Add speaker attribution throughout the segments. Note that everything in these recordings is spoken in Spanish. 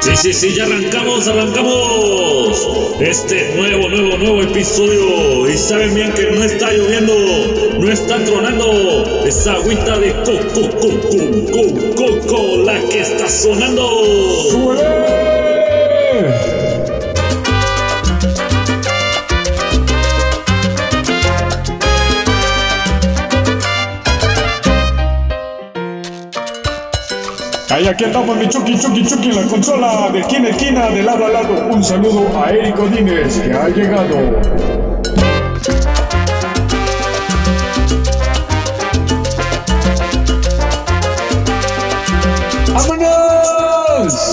Speaker 1: Sí, sí, sí, ya arrancamos, arrancamos este nuevo, nuevo, nuevo episodio. Y saben bien que no está lloviendo, no está tronando. Esa agüita de coco, coco, coco, coco, la que está sonando.
Speaker 2: Ahí aquí estamos mi Chucky, Chucky, Chucky en la consola de esquina a esquina, de lado a lado. Un saludo a Eric Odínez que ha llegado.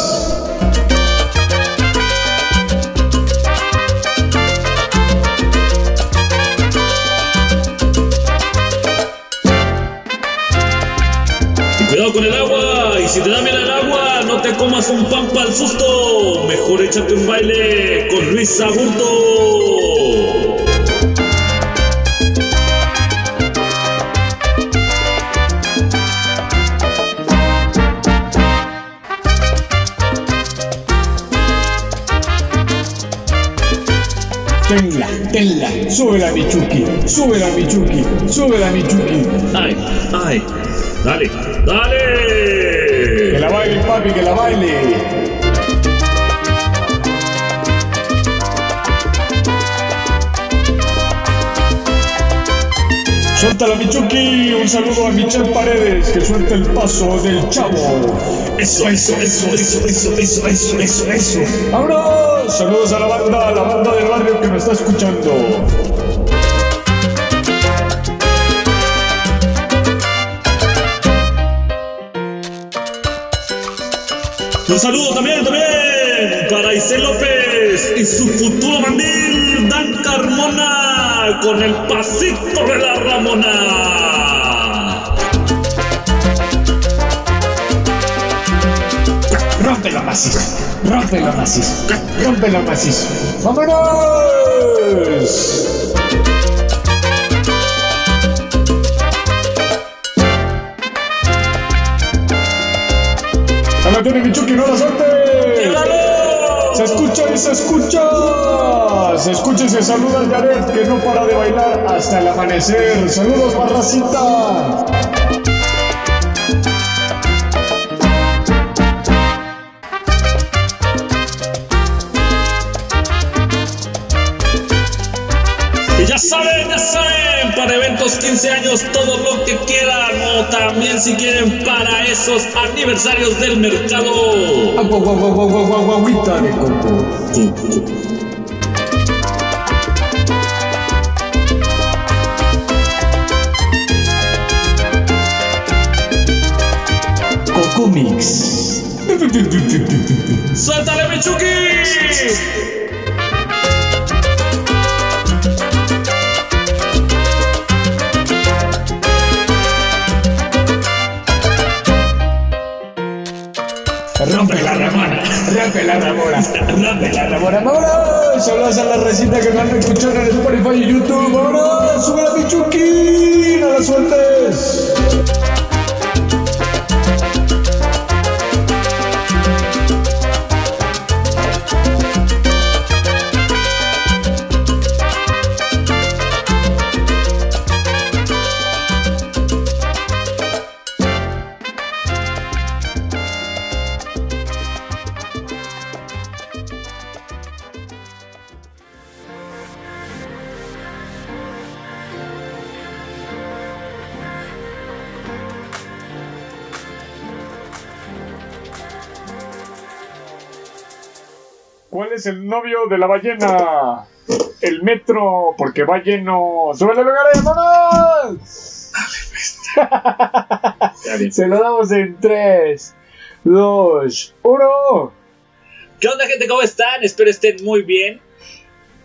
Speaker 2: ¡Vámonos!
Speaker 1: Y cuidado con el agua, y si te da miedo el agua, no te comas un pan para el susto. Mejor échate un baile con Luis Agurto.
Speaker 2: Tenla, tenla, súbela mi Chucky, súbela mi Chucky, súbela mi Chucky.
Speaker 1: Ay, ay, dale, dale.
Speaker 2: Que la baile papi, que la baile. Suéltala mi Chucky, un saludo a Michelle Paredes que suelta el paso del chavo.
Speaker 1: Eso, eso, eso, eso, eso, eso, eso, eso, eso.
Speaker 2: ¡Vámonos! Saludos a la banda, a la banda del barrio que me está escuchando.
Speaker 1: Un saludo también, también para Isel López y su futuro mandil, Dan Carmona, con el pasito de la Ramona.
Speaker 2: Rompe la macizo, rompe la macizo, rompe la macizo. ¡Vámonos! ¡A la tiene Michuki, no la suelte! Se escucha y se escucha. Se escucha y se saluda a Yaret que no para de bailar hasta el amanecer. Saludos, barracita.
Speaker 1: Y ya saben, ya saben, para eventos 15 años, todo lo que quieran, o también si quieren para esos aniversarios del mercado.
Speaker 2: Agua, agua, agua, agua, agua, agua, agüita de coco. Coco Mix.
Speaker 1: ¡Suéltale, Michuki!
Speaker 2: Rompe la Ramona, rompe la Ramona, rompe la Ramona. ¡Vámonos! Saludos a la recita que me han escuchado en Spotify y YouTube. ¡Vámonos! ¡Sube la Michuki! ¡No la sueltes! ¿Cuál es el novio de la ballena? El metro, porque va lleno. ¡Súbele lugar, eh, vámonos! Se lo damos en 3, 2, 1.
Speaker 1: ¿Qué onda gente? ¿Cómo están? Espero estén muy bien.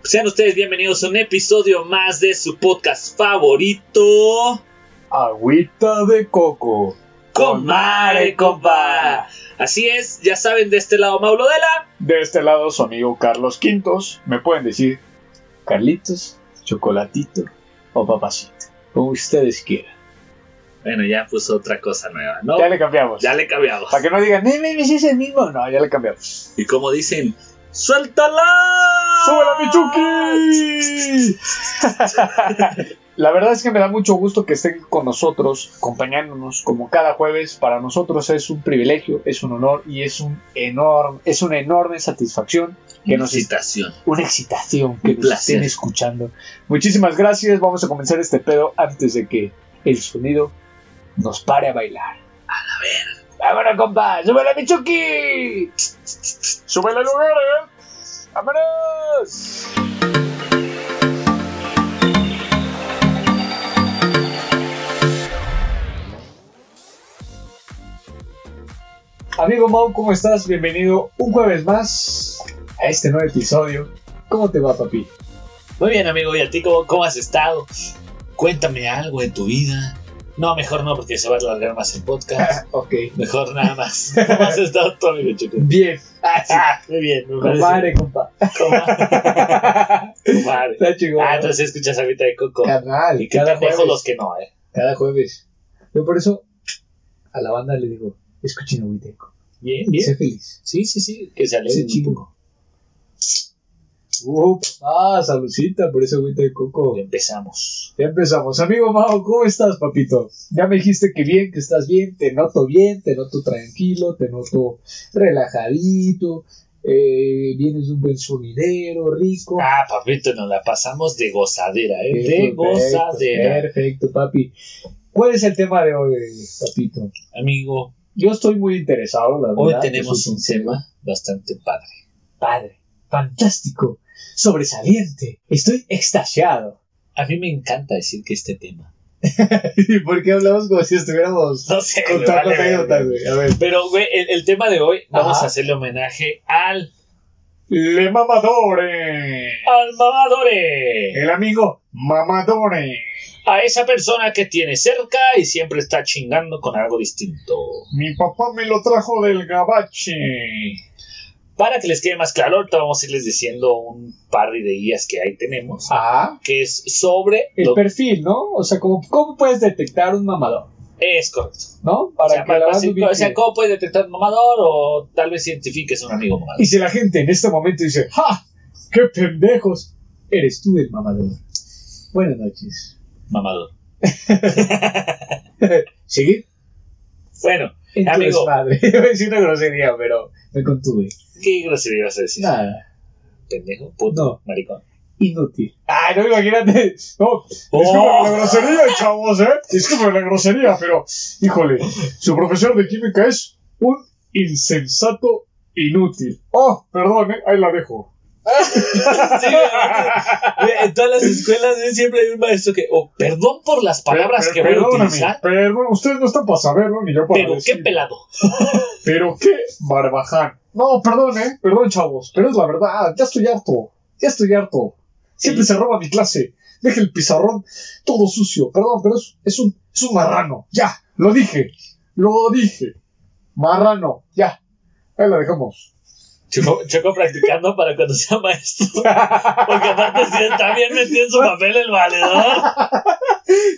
Speaker 1: Sean ustedes bienvenidos a un episodio más de su podcast favorito.
Speaker 2: Agüita de coco.
Speaker 1: Comare, compa. Así es, ya saben, de este lado Mauro Dela.
Speaker 2: De este lado, su amigo Carlos Quintos. Me pueden decir Carlitos, Chocolatito o Papacito. Como ustedes quieran.
Speaker 1: Bueno, ya puso otra cosa nueva, ¿no?
Speaker 2: Ya le cambiamos.
Speaker 1: Ya le cambiamos.
Speaker 2: Para que no digan, "Eh, me es el mismo. No, ya le cambiamos.
Speaker 1: Y como dicen, ¡suéltala!
Speaker 2: ¡Súbela, mi Chucky! La verdad es que me da mucho gusto que estén con nosotros, acompañándonos como cada jueves. Para nosotros es un privilegio, es un honor y es un enorme, es una enorme satisfacción que
Speaker 1: Una
Speaker 2: nos
Speaker 1: excitación.
Speaker 2: una excitación que
Speaker 1: Un
Speaker 2: nos
Speaker 1: placer.
Speaker 2: estén escuchando. Muchísimas gracias. Vamos a comenzar este pedo antes de que el sonido nos pare a bailar. A la ver. Vámonos, compa. ¡Súbela, Michuki! ¡Súbela, lugares! ¡Vámonos! Amigo Mau, ¿cómo estás? Bienvenido un jueves más a este nuevo episodio. ¿Cómo te va, papi?
Speaker 1: Muy bien, amigo, ¿y a ti cómo, cómo has estado? Cuéntame algo de tu vida. No, mejor no, porque se va a alargar más el podcast.
Speaker 2: Ok.
Speaker 1: Mejor nada más. ¿Cómo has estado tú, amigo Chucky?
Speaker 2: Bien.
Speaker 1: Ah, muy bien, me parece.
Speaker 2: Compadre, compa.
Speaker 1: Compa- Compadre.
Speaker 2: Está chingón.
Speaker 1: Ah, entonces escuchas ahorita de Coco.
Speaker 2: Carnal,
Speaker 1: Y qué
Speaker 2: cada
Speaker 1: pendejos
Speaker 2: jueves.
Speaker 1: los que no, ¿eh?
Speaker 2: Cada jueves. Yo por eso a la banda le digo, escuchen a Huiteco.
Speaker 1: Bien,
Speaker 2: Sé
Speaker 1: bien.
Speaker 2: feliz.
Speaker 1: Sí, sí, sí. Que se
Speaker 2: Sé
Speaker 1: alegren un
Speaker 2: chingo.
Speaker 1: poco.
Speaker 2: Uh, papá, saludcita por ese agüita de coco.
Speaker 1: Empezamos.
Speaker 2: Ya empezamos. Amigo Mao, ¿cómo estás, papito? Ya me dijiste que bien, que estás bien, te noto bien, te noto tranquilo, te noto relajadito, eh, vienes de un buen sonidero, rico.
Speaker 1: Ah, papito, nos la pasamos de gozadera, ¿eh? De
Speaker 2: Perfecto,
Speaker 1: gozadera.
Speaker 2: Perfecto, papi. ¿Cuál es el tema de hoy, papito?
Speaker 1: Amigo,
Speaker 2: Yo estoy muy interesado, la verdad.
Speaker 1: hoy
Speaker 2: Es
Speaker 1: tenemos un tema bastante padre.
Speaker 2: padre, fantástico, sobresaliente. Estoy extasiado.
Speaker 1: A mí me encanta decir que este tema.
Speaker 2: ¿Y por qué hablamos como si estuviéramos
Speaker 1: No sé, me
Speaker 2: contando
Speaker 1: vale
Speaker 2: anécdotas,
Speaker 1: verga.
Speaker 2: güey? A ver.
Speaker 1: Pero, güey, el, el tema de hoy, vamos
Speaker 2: Ajá.
Speaker 1: a hacerle homenaje al.
Speaker 2: Le mamadore.
Speaker 1: ¡Al mamadore!
Speaker 2: El amigo mamadore.
Speaker 1: a esa persona que tiene cerca y siempre está chingando con algo distinto.
Speaker 2: Mi papá me lo trajo del gabache.
Speaker 1: Para que les quede más claro, ahorita vamos a irles diciendo un par de guías que ahí tenemos,
Speaker 2: Ah,
Speaker 1: que es sobre
Speaker 2: el
Speaker 1: lo que
Speaker 2: perfil, ¿no? O sea, como, ¿cómo puedes detectar un mamador?
Speaker 1: es correcto.
Speaker 2: ¿No?
Speaker 1: O sea,
Speaker 2: Para que la banda
Speaker 1: así-
Speaker 2: ubique.
Speaker 1: o sea, ¿cómo puedes detectar un mamador o tal vez identifiques a un amigo mamador?
Speaker 2: Y si la gente en este momento dice, ¡Ja! ¡Qué pendejos! Eres tú el mamador. Buenas noches.
Speaker 1: Mamador.
Speaker 2: ¿Seguir?
Speaker 1: Bueno,
Speaker 2: En tu
Speaker 1: Amigo.
Speaker 2: desmadre. Iba a decir una grosería, pero me contuve.
Speaker 1: ¿qué grosería vas a decir?
Speaker 2: Nada.
Speaker 1: Pendejo, puto,
Speaker 2: No.
Speaker 1: maricón.
Speaker 2: Inútil. Ah, no, imagínate. No,
Speaker 1: Oh.
Speaker 2: disculpen la grosería, chavos, ¿eh? Disculpen la grosería, pero, híjole, su profesor de química es un insensato inútil. Oh, perdón, ¿eh? ahí la dejo.
Speaker 1: en todas las escuelas eh, siempre hay un maestro que, oh, perdón por las palabras
Speaker 2: Per-
Speaker 1: que voy a
Speaker 2: perdóname,
Speaker 1: utilizar,
Speaker 2: Perdón, ustedes no están para saberlo ni yo para
Speaker 1: pero qué
Speaker 2: decirlo.
Speaker 1: pelado.
Speaker 2: Pero qué barbaján. No, perdón, eh. Perdón, chavos. Pero es la verdad. Ya estoy harto. Ya estoy harto. Siempre se roba mi clase. Deja el pizarrón todo sucio. Perdón, pero es, es un, es un marrano. Ya. Lo dije. Lo dije. Marrano. Ya. Ahí la dejamos.
Speaker 1: Choco, Choco practicando para cuando sea maestro. Porque aparte si está bien metido en su papel el valedor.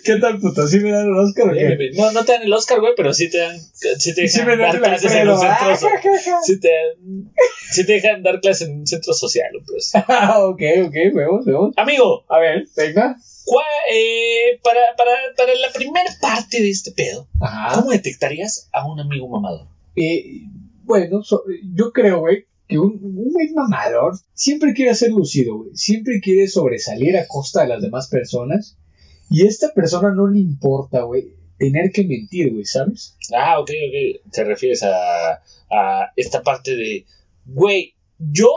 Speaker 2: ¿Qué tal, puta? ¿Sí me dan el Oscar o qué?
Speaker 1: No, no te dan el Oscar, güey, pero sí te dan, sí te dejan
Speaker 2: Sí me dan
Speaker 1: dar
Speaker 2: el
Speaker 1: clases en
Speaker 2: Alfredo.
Speaker 1: un centro so- sí te, dan- sí te dejan dar clases en un centro social, pues.
Speaker 2: Ah, ok, ok. Vemos, vemos.
Speaker 1: Amigo,
Speaker 2: A ver, venga.
Speaker 1: ¿cuál, eh, para, para, para la primera parte de este pedo,
Speaker 2: Ajá.
Speaker 1: ¿cómo detectarías a un amigo mamador?
Speaker 2: Eh, bueno, so- yo creo, güey, que un, un buen mamador siempre quiere ser lucido, güey. Siempre quiere sobresalir a costa de las demás personas. Y a esta persona no le importa, güey, tener que mentir, güey, ¿sabes?
Speaker 1: Ah, ok, ok. Te refieres a, a esta parte de, güey, yo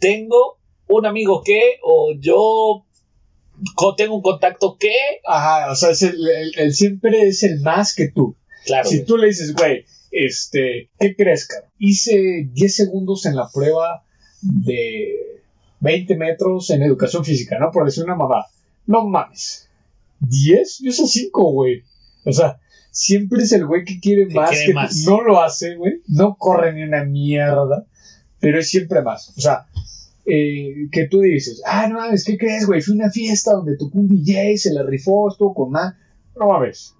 Speaker 1: tengo un amigo que, o yo co- tengo un contacto que.
Speaker 2: Ajá, o sea, es el, el- el siempre es el más que tú.
Speaker 1: Claro.
Speaker 2: si
Speaker 1: güey.
Speaker 2: tú le dices, güey, este, ¿qué crees, cabrón? Hice 10 segundos en la prueba de 20 metros en educación física, ¿no? Por decir una mamá. No mames. ¿10? Yo hice 5, güey. O sea, siempre es el güey que quiere
Speaker 1: Que
Speaker 2: más,
Speaker 1: quiere
Speaker 2: que
Speaker 1: más.
Speaker 2: no lo hace, güey. No corre ni una mierda, pero es siempre más. O sea, eh, que tú dices, ah, no mames, ¿qué crees, güey? Fue una fiesta donde tocó un DJ, se la rifó, estuvo con más. No mames.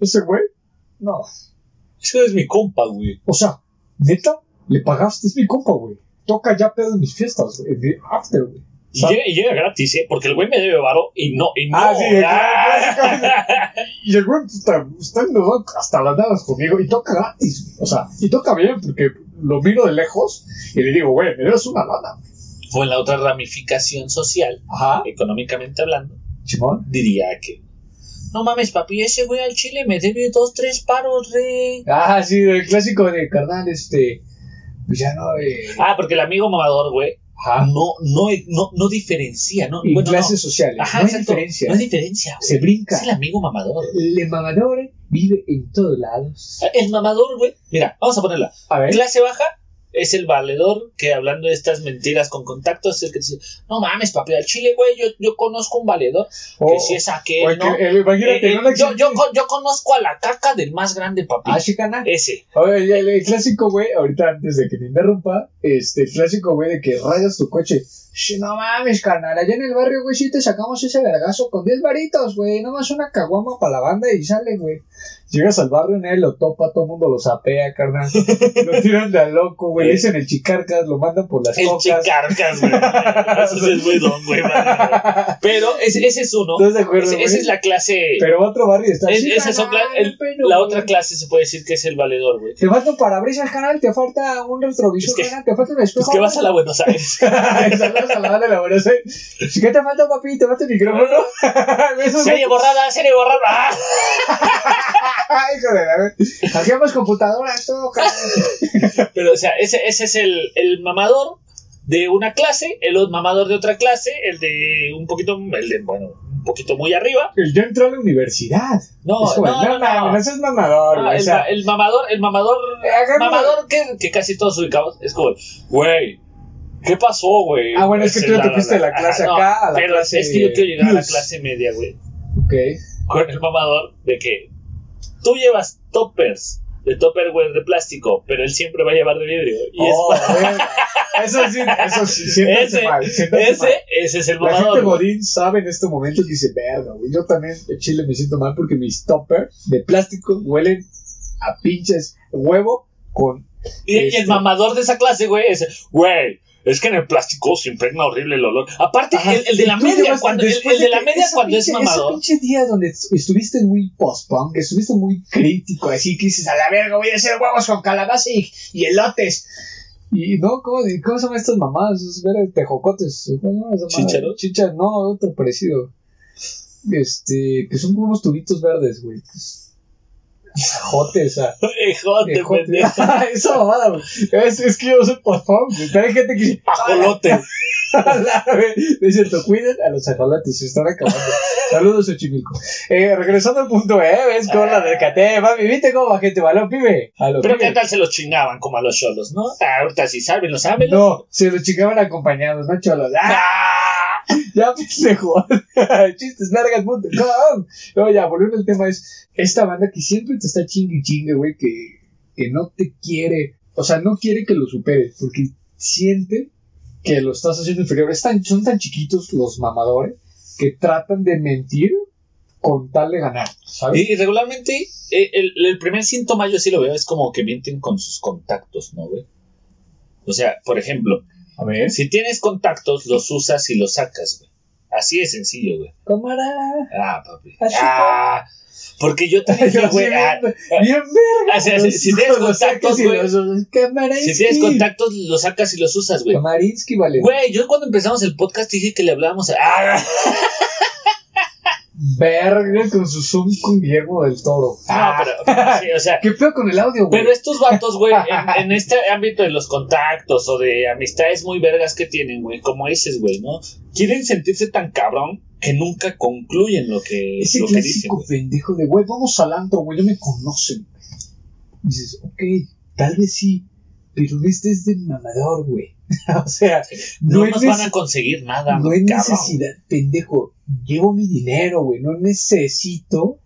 Speaker 2: ¿Ese güey? No.
Speaker 1: Ese es mi compa, güey.
Speaker 2: O sea, neta, le pagaste, es mi compa, güey. Toca ya pedo en mis fiestas, güey. de after, güey.
Speaker 1: Y llega, y llega gratis, ¿eh? Porque el güey me debe varo y no, y no.
Speaker 2: Ah, sí, de-
Speaker 1: Ah.
Speaker 2: Y el güey, pues, puta, usted lo va hasta las dadas conmigo y toca gratis, güey. O sea, y toca bien porque lo miro de lejos y le digo, güey, me debes una lana. güey.
Speaker 1: Fue la otra ramificación social,
Speaker 2: Ajá.
Speaker 1: económicamente hablando,
Speaker 2: Chimón.
Speaker 1: diría que. No mames, papi, ese güey al chile me debe dos, tres paros, re.
Speaker 2: Ah, sí, el clásico de carnal, este. Pues ya no, eh.
Speaker 1: Ah, porque el amigo mamador, güey,
Speaker 2: Ajá.
Speaker 1: Ah, no, no, no, no diferencia, ¿no?
Speaker 2: Y
Speaker 1: Bueno, no.
Speaker 2: clases sociales.
Speaker 1: Ajá,
Speaker 2: no hay
Speaker 1: exacto.
Speaker 2: diferencia.
Speaker 1: No hay diferencia, güey.
Speaker 2: Se brinca.
Speaker 1: Es el amigo mamador.
Speaker 2: Le mamadore vive en todos lados.
Speaker 1: El mamador, güey. Mira, vamos a ponerla.
Speaker 2: A ver.
Speaker 1: Clase baja es el valedor que hablando de estas mentiras con contactos es el que dice, no mames, papi, al chile, güey, yo, yo conozco un valedor
Speaker 2: O-
Speaker 1: que si es aquel,
Speaker 2: Oh, o el que-
Speaker 1: ¿no?
Speaker 2: el- imagínate,
Speaker 1: Eh,
Speaker 2: no le
Speaker 1: yo, yo, con- yo conozco a la caca del más grande, papi.
Speaker 2: Ah, sí, carnal.
Speaker 1: Ese.
Speaker 2: A ver, el, el clásico, güey, ahorita antes de que te interrumpa, este, el clásico, güey, de que rayas tu coche. "Sh, No mames, carnal, allá en el barrio, güey, sí te sacamos ese vergazo con 10 varitos, güey, nomás una caguama para la banda y sale, güey. Llegas al barrio, nadie lo topa, todo el mundo lo sapea, carnal. lo tiran de a loco, güey, le dicen el chicarcas, lo mandan por las
Speaker 1: El
Speaker 2: cocas.
Speaker 1: chicarcas, güey. Ese es muy don, güey. madre. Pero ese, ese es uno.
Speaker 2: ¿Estás de acuerdo,
Speaker 1: Ese-
Speaker 2: güey?
Speaker 1: esa es la clase.
Speaker 2: Pero otro barrio está
Speaker 1: es-
Speaker 2: "Sí,
Speaker 1: esas son
Speaker 2: carnal,
Speaker 1: cla- el-
Speaker 2: pero,
Speaker 1: la
Speaker 2: güey,
Speaker 1: otra clase se puede decir que es el valedor, güey.
Speaker 2: Te falta un parabrisas, carnal, te falta un retrovisor,
Speaker 1: Es que-
Speaker 2: carnal, te falta un espejo.
Speaker 1: Es que vas
Speaker 2: güey".
Speaker 1: a la Buenos Aires.
Speaker 2: Saludos a la banda de la buena fe. ¿Qué te falta, papi? ¿Te falta el micrófono? Besos.
Speaker 1: serie borrada, serie borrada. ¡Ah!
Speaker 2: Ay, hijo de la ver- Hacíamos computadoras, todo, cabrón.
Speaker 1: Pero, o sea, ese, ese es el, el mamador de una clase, el otro mamador de otra clase, el de un poquito, el de, bueno, un poquito muy arriba.
Speaker 2: El Yo entró a la universidad.
Speaker 1: No,
Speaker 2: Es como,
Speaker 1: no, no,
Speaker 2: mames,
Speaker 1: no.
Speaker 2: no seas mamador,
Speaker 1: Ah,
Speaker 2: güey, o
Speaker 1: el,
Speaker 2: sea,
Speaker 1: ma- el mamador, el mamador,
Speaker 2: Eh, agarra-
Speaker 1: mamador que, que casi todos ubicamos, es como, güey, ¿qué pasó, güey? Pues
Speaker 2: Ah, bueno, es que
Speaker 1: Ese,
Speaker 2: tú ya te fuiste de la clase acá a la
Speaker 1: pero
Speaker 2: clase
Speaker 1: es que yo quiero llegar a la
Speaker 2: plus.
Speaker 1: clase media, güey,
Speaker 2: ok.
Speaker 1: con el mamador de que tú llevas toppers de topperware de plástico, pero él siempre va a llevar de vidrio. Y
Speaker 2: Oh,
Speaker 1: es
Speaker 2: verga. Eso sí, eso sí, siéntanse
Speaker 1: Ese,
Speaker 2: mal, siéntanse mal.
Speaker 1: ese, ese es el
Speaker 2: La gente
Speaker 1: mamador. güey.
Speaker 2: godín sabe en este momento que dice, verga, güey, yo también en Chile me siento mal porque mis toppers de plástico huelen a pinches huevo con...
Speaker 1: Y, y el
Speaker 2: Este.
Speaker 1: mamador de esa clase, güey, es, güey, es que en el plástico se impregna horrible el olor. Aparte, el, el de la
Speaker 2: Y tú
Speaker 1: media,
Speaker 2: llevas-
Speaker 1: cuando, el,
Speaker 2: después
Speaker 1: el de la
Speaker 2: que
Speaker 1: media
Speaker 2: esa
Speaker 1: cuando es
Speaker 2: pinche-
Speaker 1: mamador.
Speaker 2: Ese pinche día donde est- estuviste muy post-punk, estuviste muy crítico, así que dices, a la verga, voy a hacer huevos con calabaza y, y elotes. Y no, ¿cómo, cómo son estas mamás? Esos vergas eh, tejocotes. ¿Cómo se llama esa madre?
Speaker 1: ¿Chícharos?
Speaker 2: Chicha, no, otro parecido. Este, que son como unos tubitos verdes, güey. Jotes, ah.
Speaker 1: Ejote,
Speaker 2: Ejote.
Speaker 1: pendejo.
Speaker 2: Esa mamada, güey. Es, es que yo soy post-punk. güey. Pero hay gente que dice,
Speaker 1: Ajolote.
Speaker 2: es cierto, cuiden a los ajolotes, se están acabando. Saludos, Xochimilco. Eh, regresando al punto, ¿eh? ¿Ves cómo la mercaté? Mami, ¿viste cómo bajé tu balón, pibe? A los
Speaker 1: Pero qué
Speaker 2: pibes.
Speaker 1: tal se los chingaban como a los cholos, ¿no? Ah, Ahorita sí, sábenlo, sábenlo.
Speaker 2: No, se los chingaban acompañados, no cholos. ¡Ah!
Speaker 1: Ah,
Speaker 2: Ya pendejo. Chisteslargas.com. No, ya, volviendo al tema, es esta banda que siempre te está chingue y chingue, güey, que, que no te quiere, o sea, no quiere que lo superes, porque siente que lo estás haciendo inferior. Es tan- son tan chiquitos los mamadores que tratan de mentir con tal de ganar, ¿sabes?
Speaker 1: Y, y regularmente, eh, el, el primer síntoma yo sí lo veo, es como que mienten con sus contactos, ¿no, güey? O sea, por ejemplo,
Speaker 2: A ver.
Speaker 1: si tienes contactos, los usas y los sacas, güey. Así de sencillo, güey.
Speaker 2: Cámara.
Speaker 1: Ah, papi.
Speaker 2: Así
Speaker 1: Ah, porque yo te dije,
Speaker 2: Yo
Speaker 1: güey.
Speaker 2: sí,
Speaker 1: ah,
Speaker 2: bien- bien verga.
Speaker 1: o sea, si- si tienes
Speaker 2: Los
Speaker 1: contactos,
Speaker 2: saques y
Speaker 1: güey.
Speaker 2: los- Cámara.
Speaker 1: si tienes contactos, los sacas y los usas, güey.
Speaker 2: Kamarinsky, vale.
Speaker 1: Güey, yo cuando empezamos el podcast dije que le hablábamos a. Ah,
Speaker 2: Verga con su Zoom con Guillermo del
Speaker 1: no,
Speaker 2: Toro.
Speaker 1: pero,
Speaker 2: Ah.
Speaker 1: pero sí, o sea.
Speaker 2: ¿Qué pedo con el audio, güey?
Speaker 1: Pero estos vatos, güey, en, en este ámbito de los contactos o de amistades muy vergas que tienen, güey, como dices, güey, ¿no? Quieren sentirse tan cabrón que nunca concluyen lo que,
Speaker 2: Ese
Speaker 1: lo que dicen,
Speaker 2: clásico
Speaker 1: güey.
Speaker 2: pendejo de, güey, vamos al antro, güey, ya me conocen. Y dices, ok, tal vez sí, pero no estés de mamador, güey. o sea,
Speaker 1: No,
Speaker 2: no, es,
Speaker 1: nos
Speaker 2: nece-
Speaker 1: van a conseguir nada,
Speaker 2: no
Speaker 1: güey,
Speaker 2: es
Speaker 1: cabrón.
Speaker 2: necesidad, pendejo. Llevo mi dinero, güey, no necesito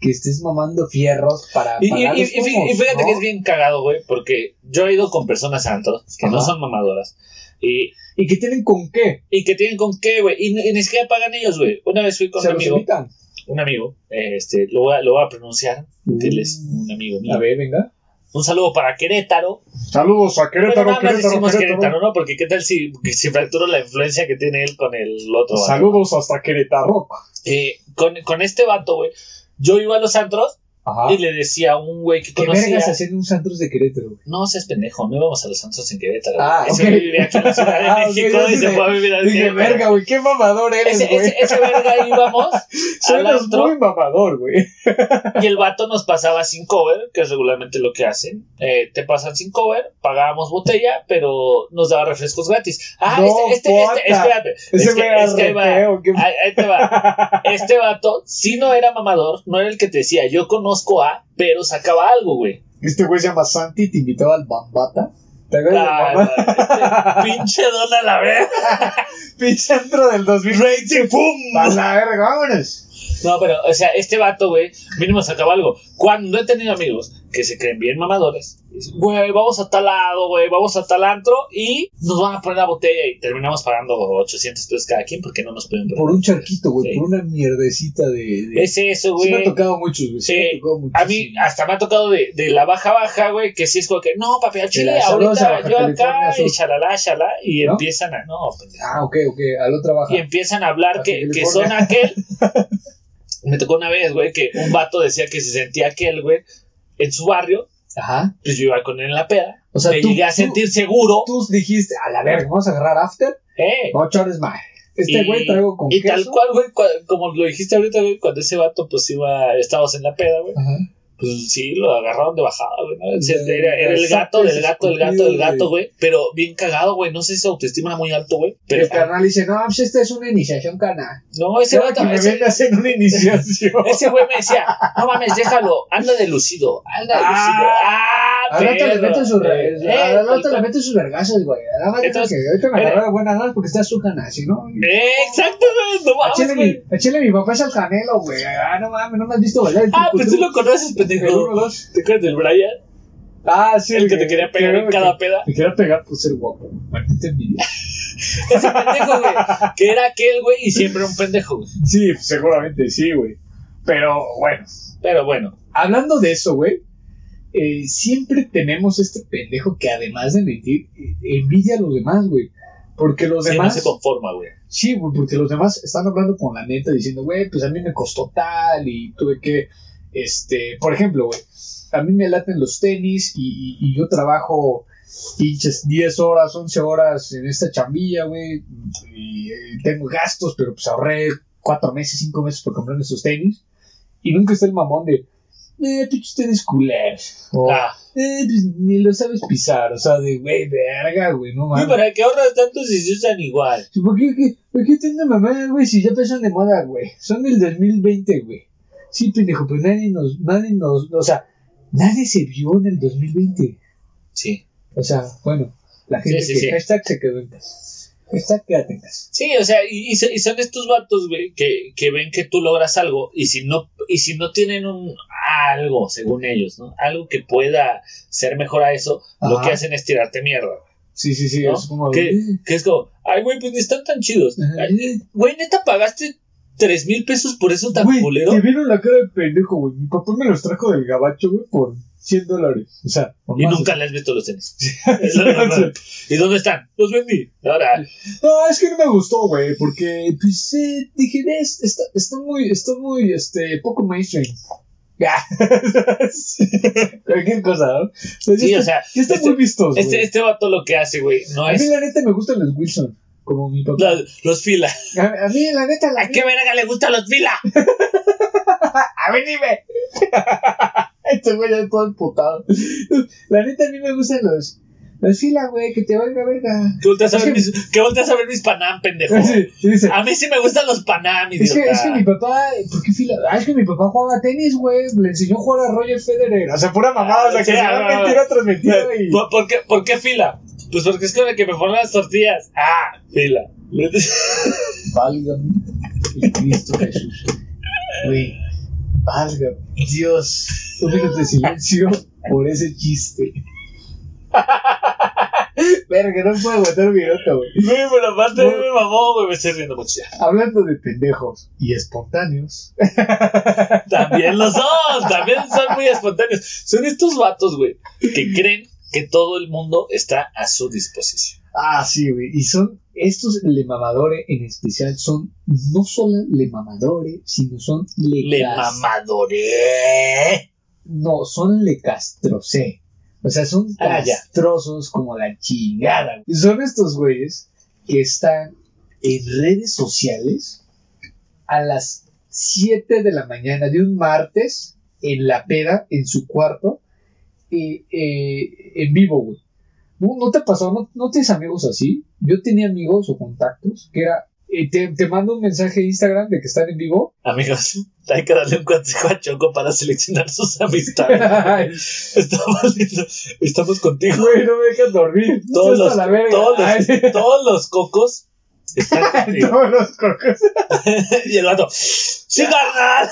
Speaker 2: que estés mamando fierros para
Speaker 1: Y, y-
Speaker 2: pagar
Speaker 1: y-
Speaker 2: los
Speaker 1: y fí-
Speaker 2: pomos,
Speaker 1: y fíjate
Speaker 2: ¿no?
Speaker 1: que es bien cagado, güey, porque yo he ido con personas santos que no
Speaker 2: Ajá.
Speaker 1: son mamadoras y,
Speaker 2: ¿Y qué tienen con qué?
Speaker 1: y que tienen con qué, güey, y, ni- y ni siquiera pagan ellos, güey. Una vez fui con
Speaker 2: Se
Speaker 1: un
Speaker 2: los
Speaker 1: amigo,
Speaker 2: invitan.
Speaker 1: un amigo, eh, este, lo, voy a, lo voy a pronunciar, porque él es un amigo mío.
Speaker 2: Mm. A ver, venga.
Speaker 1: Un saludo para Querétaro.
Speaker 3: Saludos a
Speaker 1: Pero
Speaker 3: Querétaro,
Speaker 1: nada más
Speaker 3: Querétaro,
Speaker 1: decimos
Speaker 3: Querétaro.
Speaker 1: Querétaro, ¿no? Porque qué tal si, que si fracturo la influencia que tiene él con el otro.
Speaker 2: Pues
Speaker 1: vato.
Speaker 3: Saludos hasta Querétaro.
Speaker 1: Eh, con, con este vato, güey, yo iba a los antros
Speaker 3: Ajá.
Speaker 1: y le decía a un güey que
Speaker 2: Ah. ¿Qué
Speaker 1: conocía...
Speaker 2: vergas hacer un Santos de Querétaro, güey?
Speaker 1: No seas pendejo, no íbamos a los antros en Querétaro.
Speaker 2: Ah,
Speaker 1: Ese
Speaker 2: ok.
Speaker 1: güey vivía aquí en la Ciudad de
Speaker 2: Ah, ok,
Speaker 1: México
Speaker 2: yo
Speaker 1: y se
Speaker 2: dije-
Speaker 1: fue a vivir al
Speaker 2: Dije,
Speaker 1: Querétaro.
Speaker 2: verga, güey, qué mamador eres,
Speaker 1: Ese,
Speaker 2: güey.
Speaker 1: ese, ese verga íbamos al
Speaker 2: Suenas
Speaker 1: antro
Speaker 2: muy mamador, güey.
Speaker 1: y el vato nos pasaba sin cover, que es regularmente lo que hacen. Eh, te pasan sin cover, pagábamos botella, pero nos daba refrescos gratis. Ah,
Speaker 2: No,
Speaker 1: este, este, este,
Speaker 2: puta.
Speaker 1: espérate.
Speaker 2: Ese
Speaker 1: es que,
Speaker 2: era
Speaker 1: es que ahí va.
Speaker 2: repeo, qué-
Speaker 1: Ahí- ahí te va. Este vato, si no era mamador, no era el que te decía, yo conozco a, pero sacaba algo, güey.
Speaker 2: Este güey se llama Santi y te invitaba al Bambata. ¿Te acuerdas del
Speaker 1: Ah,
Speaker 2: Bambata?
Speaker 1: este pinche don a la vez.
Speaker 2: Pinche antro del 2020. ¡Pum! A la verga, vámonos.
Speaker 1: No, pero, o sea, este vato, güey, mínimo sacaba algo. Cuando he tenido amigos que se creen bien mamadores, dicen, güey, vamos a tal lado, güey, vamos a tal antro y nos van a poner la botella y terminamos pagando 800 pesos cada quien porque no nos pueden
Speaker 2: Por un charquito, güey.
Speaker 1: Sí.
Speaker 2: Por una mierdecita de. de...
Speaker 1: Es eso,
Speaker 2: Sí me ha
Speaker 1: güey.
Speaker 2: tocado muchos, güey. Sí,
Speaker 1: Sí,
Speaker 2: me ha tocado
Speaker 1: A mí
Speaker 2: muchísimo.
Speaker 1: hasta me ha tocado de, de la baja baja, güey, que sí es como que, no, papi, al chile,
Speaker 2: la
Speaker 1: ahorita
Speaker 2: sabrosa Baja
Speaker 1: yo
Speaker 2: California
Speaker 1: acá
Speaker 2: Sur.
Speaker 1: y chalala, chalala, y
Speaker 2: ¿No?
Speaker 1: empiezan a, no, pues, pendejo.
Speaker 2: Ah, ok, ok. Al otro trabaja.
Speaker 1: y empiezan a hablar
Speaker 2: Baja
Speaker 1: que, que son
Speaker 2: California.
Speaker 1: aquel. Me tocó una vez, güey, que un vato decía que se sentía aquel, güey, en su barrio.
Speaker 2: Ajá.
Speaker 1: Pues yo iba con él en la peda.
Speaker 2: O sea,
Speaker 1: me
Speaker 2: tú-
Speaker 1: llegué a
Speaker 2: tú-
Speaker 1: sentir seguro.
Speaker 2: Tú dijiste, a la verga, vamos a agarrar after.
Speaker 1: eh,
Speaker 2: No chores más. Este
Speaker 1: y-
Speaker 2: güey traigo con
Speaker 1: Y
Speaker 2: queso.
Speaker 1: tal cual, güey, cua- como lo dijiste ahorita, güey, cuando ese vato, pues iba, estábamos en la peda, güey.
Speaker 2: Ajá.
Speaker 1: Pues sí, lo agarraron de bajada, güey. ¿no? O sea,
Speaker 2: Ya,
Speaker 1: Era, era el
Speaker 2: ya,
Speaker 1: gato,
Speaker 2: saca
Speaker 1: del gato, el gato,
Speaker 2: escupido,
Speaker 1: del gato, güey. Pero bien cagado, güey. No sé si su autoestima era muy alto, güey. Pero
Speaker 2: Pero el carnal dice, no, pues esta es una iniciación canal.
Speaker 1: no, ese
Speaker 2: Cada
Speaker 1: vato.
Speaker 2: que me
Speaker 1: ese-
Speaker 2: ven hacen una iniciación.
Speaker 1: Ese güey me decía, no mames, déjalo, anda de lucido, anda de lucido. Ah,
Speaker 2: Al rato le
Speaker 1: perro.
Speaker 2: meten sus
Speaker 1: Eh,
Speaker 2: redes,
Speaker 1: eh,
Speaker 2: al
Speaker 1: tal
Speaker 2: rato le
Speaker 1: cual.
Speaker 2: meten sus vergazos, güey. Nada más deja
Speaker 1: Entonces,
Speaker 2: que ahorita me
Speaker 1: mira.
Speaker 2: agarraron buenas noches porque está su canal, si no.
Speaker 1: Eh, exacto, güey, no mames,
Speaker 2: Achele
Speaker 1: güey.
Speaker 2: mi, achele mi papá es al canelo, güey. Ah, no mames, no me has visto bailar. el
Speaker 1: Ah, pues tú
Speaker 2: truco,
Speaker 1: lo conoces,
Speaker 2: truco. El uno,
Speaker 1: pendejo.
Speaker 2: dos.
Speaker 1: ¿Te acuerdas del Brian?
Speaker 2: Ah, sí.
Speaker 1: El que te quería pegar en
Speaker 2: que-
Speaker 1: cada peda.
Speaker 2: Me quería pegar por ser guapo. Maldita envidia.
Speaker 1: Ese pendejo, güey. Que era aquel, güey, y siempre un pendejo, güey.
Speaker 2: Sí, pues, seguramente sí, güey. Pero bueno,
Speaker 1: Pero bueno,
Speaker 2: hablando de eso, güey, eh, siempre tenemos este pendejo que además de mentir, eh, envidia a los demás, güey. Porque los
Speaker 1: sí, no
Speaker 2: demás.
Speaker 1: se conforma, güey.
Speaker 2: Sí, güey, porque los demás están hablando con la neta diciendo, güey, pues a mí me costó tal y tuve que, este, por ejemplo, güey, a mí me laten los tenis y, y- y yo trabajo pinches 10 horas, 11 horas en esta chambilla, güey, y eh, tengo gastos, pero pues ahorré 4 meses, 5 meses por comprarme esos tenis y nunca está el mamón de, eh, pinches tenis culeros, o,
Speaker 1: Ah,
Speaker 2: eh, pues ni lo sabes pisar, o sea, de, güey, verga, güey, no
Speaker 1: güey,
Speaker 2: mames.
Speaker 1: ¿para qué ahorras tanto si se usan igual?
Speaker 2: Sí, ¿Por qué, qué- por qué tanta mamada, güey? Si ya pasan de moda, güey. Son del 2020, güey. Sí, pendejo, pero nadie nos, nadie nos, o sea, nadie se vio en el 2020.
Speaker 1: Sí.
Speaker 2: O sea, bueno, la gente
Speaker 1: Sí, sí,
Speaker 2: que
Speaker 1: sí.
Speaker 2: hashtag se quedó en casa. Hashtag quédate en casa.
Speaker 1: Sí, o sea, y, y so- y son estos vatos, güey, que, que ven que tú logras algo y si no y si no tienen un algo, según ellos, ¿no? Algo que pueda ser mejor a eso, lo
Speaker 2: Ajá.
Speaker 1: que hacen es tirarte mierda. güey.
Speaker 2: Sí, sí, sí,
Speaker 1: ¿No?
Speaker 2: es como...
Speaker 1: ¿Qué?
Speaker 2: eh,
Speaker 1: Que es como, ay, güey, pues ni están tan chidos.
Speaker 2: ajá,
Speaker 1: Ay,
Speaker 2: eh,
Speaker 1: Güey, neta, pagaste tres mil pesos por eso tan
Speaker 2: Güey,
Speaker 1: culero.
Speaker 2: te vieron la cara de pendejo, güey. Mi papá me los trajo del gabacho, güey, por 100 dólares. O sea, por
Speaker 1: Y
Speaker 2: más.
Speaker 1: nunca le has visto los tenis. Es lo normal. ¿Y dónde están? Los vendí. Ahora,
Speaker 2: No, es que no me gustó, güey, porque pues eh, dije, "Es- está, está muy, está muy, este, poco mainstream. Ya. Cualquier cosa, ¿no? Pues,
Speaker 1: sí,
Speaker 2: ya
Speaker 1: o
Speaker 2: está-
Speaker 1: sea,
Speaker 2: ya está
Speaker 1: este,
Speaker 2: muy vistoso. güey.
Speaker 1: este, este vato lo que hace, güey, no
Speaker 2: a mí
Speaker 1: es
Speaker 2: la neta me gustan los Wilson, como mi papá.
Speaker 1: los, los fila.
Speaker 2: A, a mí la neta la
Speaker 1: ¿A qué verga le gustan los fila?
Speaker 2: A ver, dime. este güey ya todo emputado. La neta a mí me gustan los, los fila, güey, que te valga verga.
Speaker 1: Que volteas a
Speaker 2: Es
Speaker 1: ver
Speaker 2: que-
Speaker 1: mis, que volteas a ver mis Ah, Panam, pendejo.
Speaker 2: Y dice,
Speaker 1: A mí sí me gustan los Panam,
Speaker 2: Es que,
Speaker 1: idiota.
Speaker 2: es que mi papá, ¿por qué fila? Ah, es que mi papá jugaba tenis, güey. Le enseñó a jugar a Roger Federer. O sea, pura mamada, o sea, que
Speaker 1: Sí,
Speaker 2: se
Speaker 1: ah,
Speaker 2: va
Speaker 1: ah,
Speaker 2: a mentir
Speaker 1: ah.
Speaker 2: a transmitir y.
Speaker 1: ¿Por, por qué, ¿Por qué fila? Pues porque es con el que me ponen las tortillas. Ah, fila.
Speaker 2: Válgame el Cristo Jesús. Güey, válgame. Dios, un minuto de silencio por ese chiste. Verga, no puedo aguantar mi nota, güey.
Speaker 1: Güey, pero aparte
Speaker 2: No.
Speaker 1: me mamó, güey, me estoy riendo mucho.
Speaker 2: Hablando de pendejos y espontáneos.
Speaker 1: También los dos, también son muy espontáneos. Son estos vatos, güey, que creen que todo el mundo está a su disposición.
Speaker 2: Ah, sí, güey. Y son estos le mamadores en especial son no solo le mamadores, sino son le,
Speaker 1: Le
Speaker 2: cas-
Speaker 1: mamadoré.
Speaker 2: No, son le castrocé. O sea, son
Speaker 1: Ah, ya.
Speaker 2: castrosos como la chingada. güey. Son estos güeyes que están en redes sociales a las 7 de la mañana de un martes en la peda, en su cuarto, eh, eh, en vivo, güey. ¿No, no te pasó? ¿No, ¿No tienes amigos así? Yo tenía amigos o contactos que era, eh, te, te mando un mensaje de Instagram de que están en vivo.
Speaker 1: Amigos, hay que darle un consejo a Choco para seleccionar sus amistades.
Speaker 2: Ay,
Speaker 1: Estamos, viendo- estamos contigo.
Speaker 2: güey, no me dejan dormir.
Speaker 1: Todos
Speaker 2: Esto
Speaker 1: los,
Speaker 2: es a la verga.
Speaker 1: todos,
Speaker 2: Ay.
Speaker 1: los, todos los cocos están contigo.
Speaker 2: Todos los cocos.
Speaker 1: Y el vato, ¡Sí, carnal!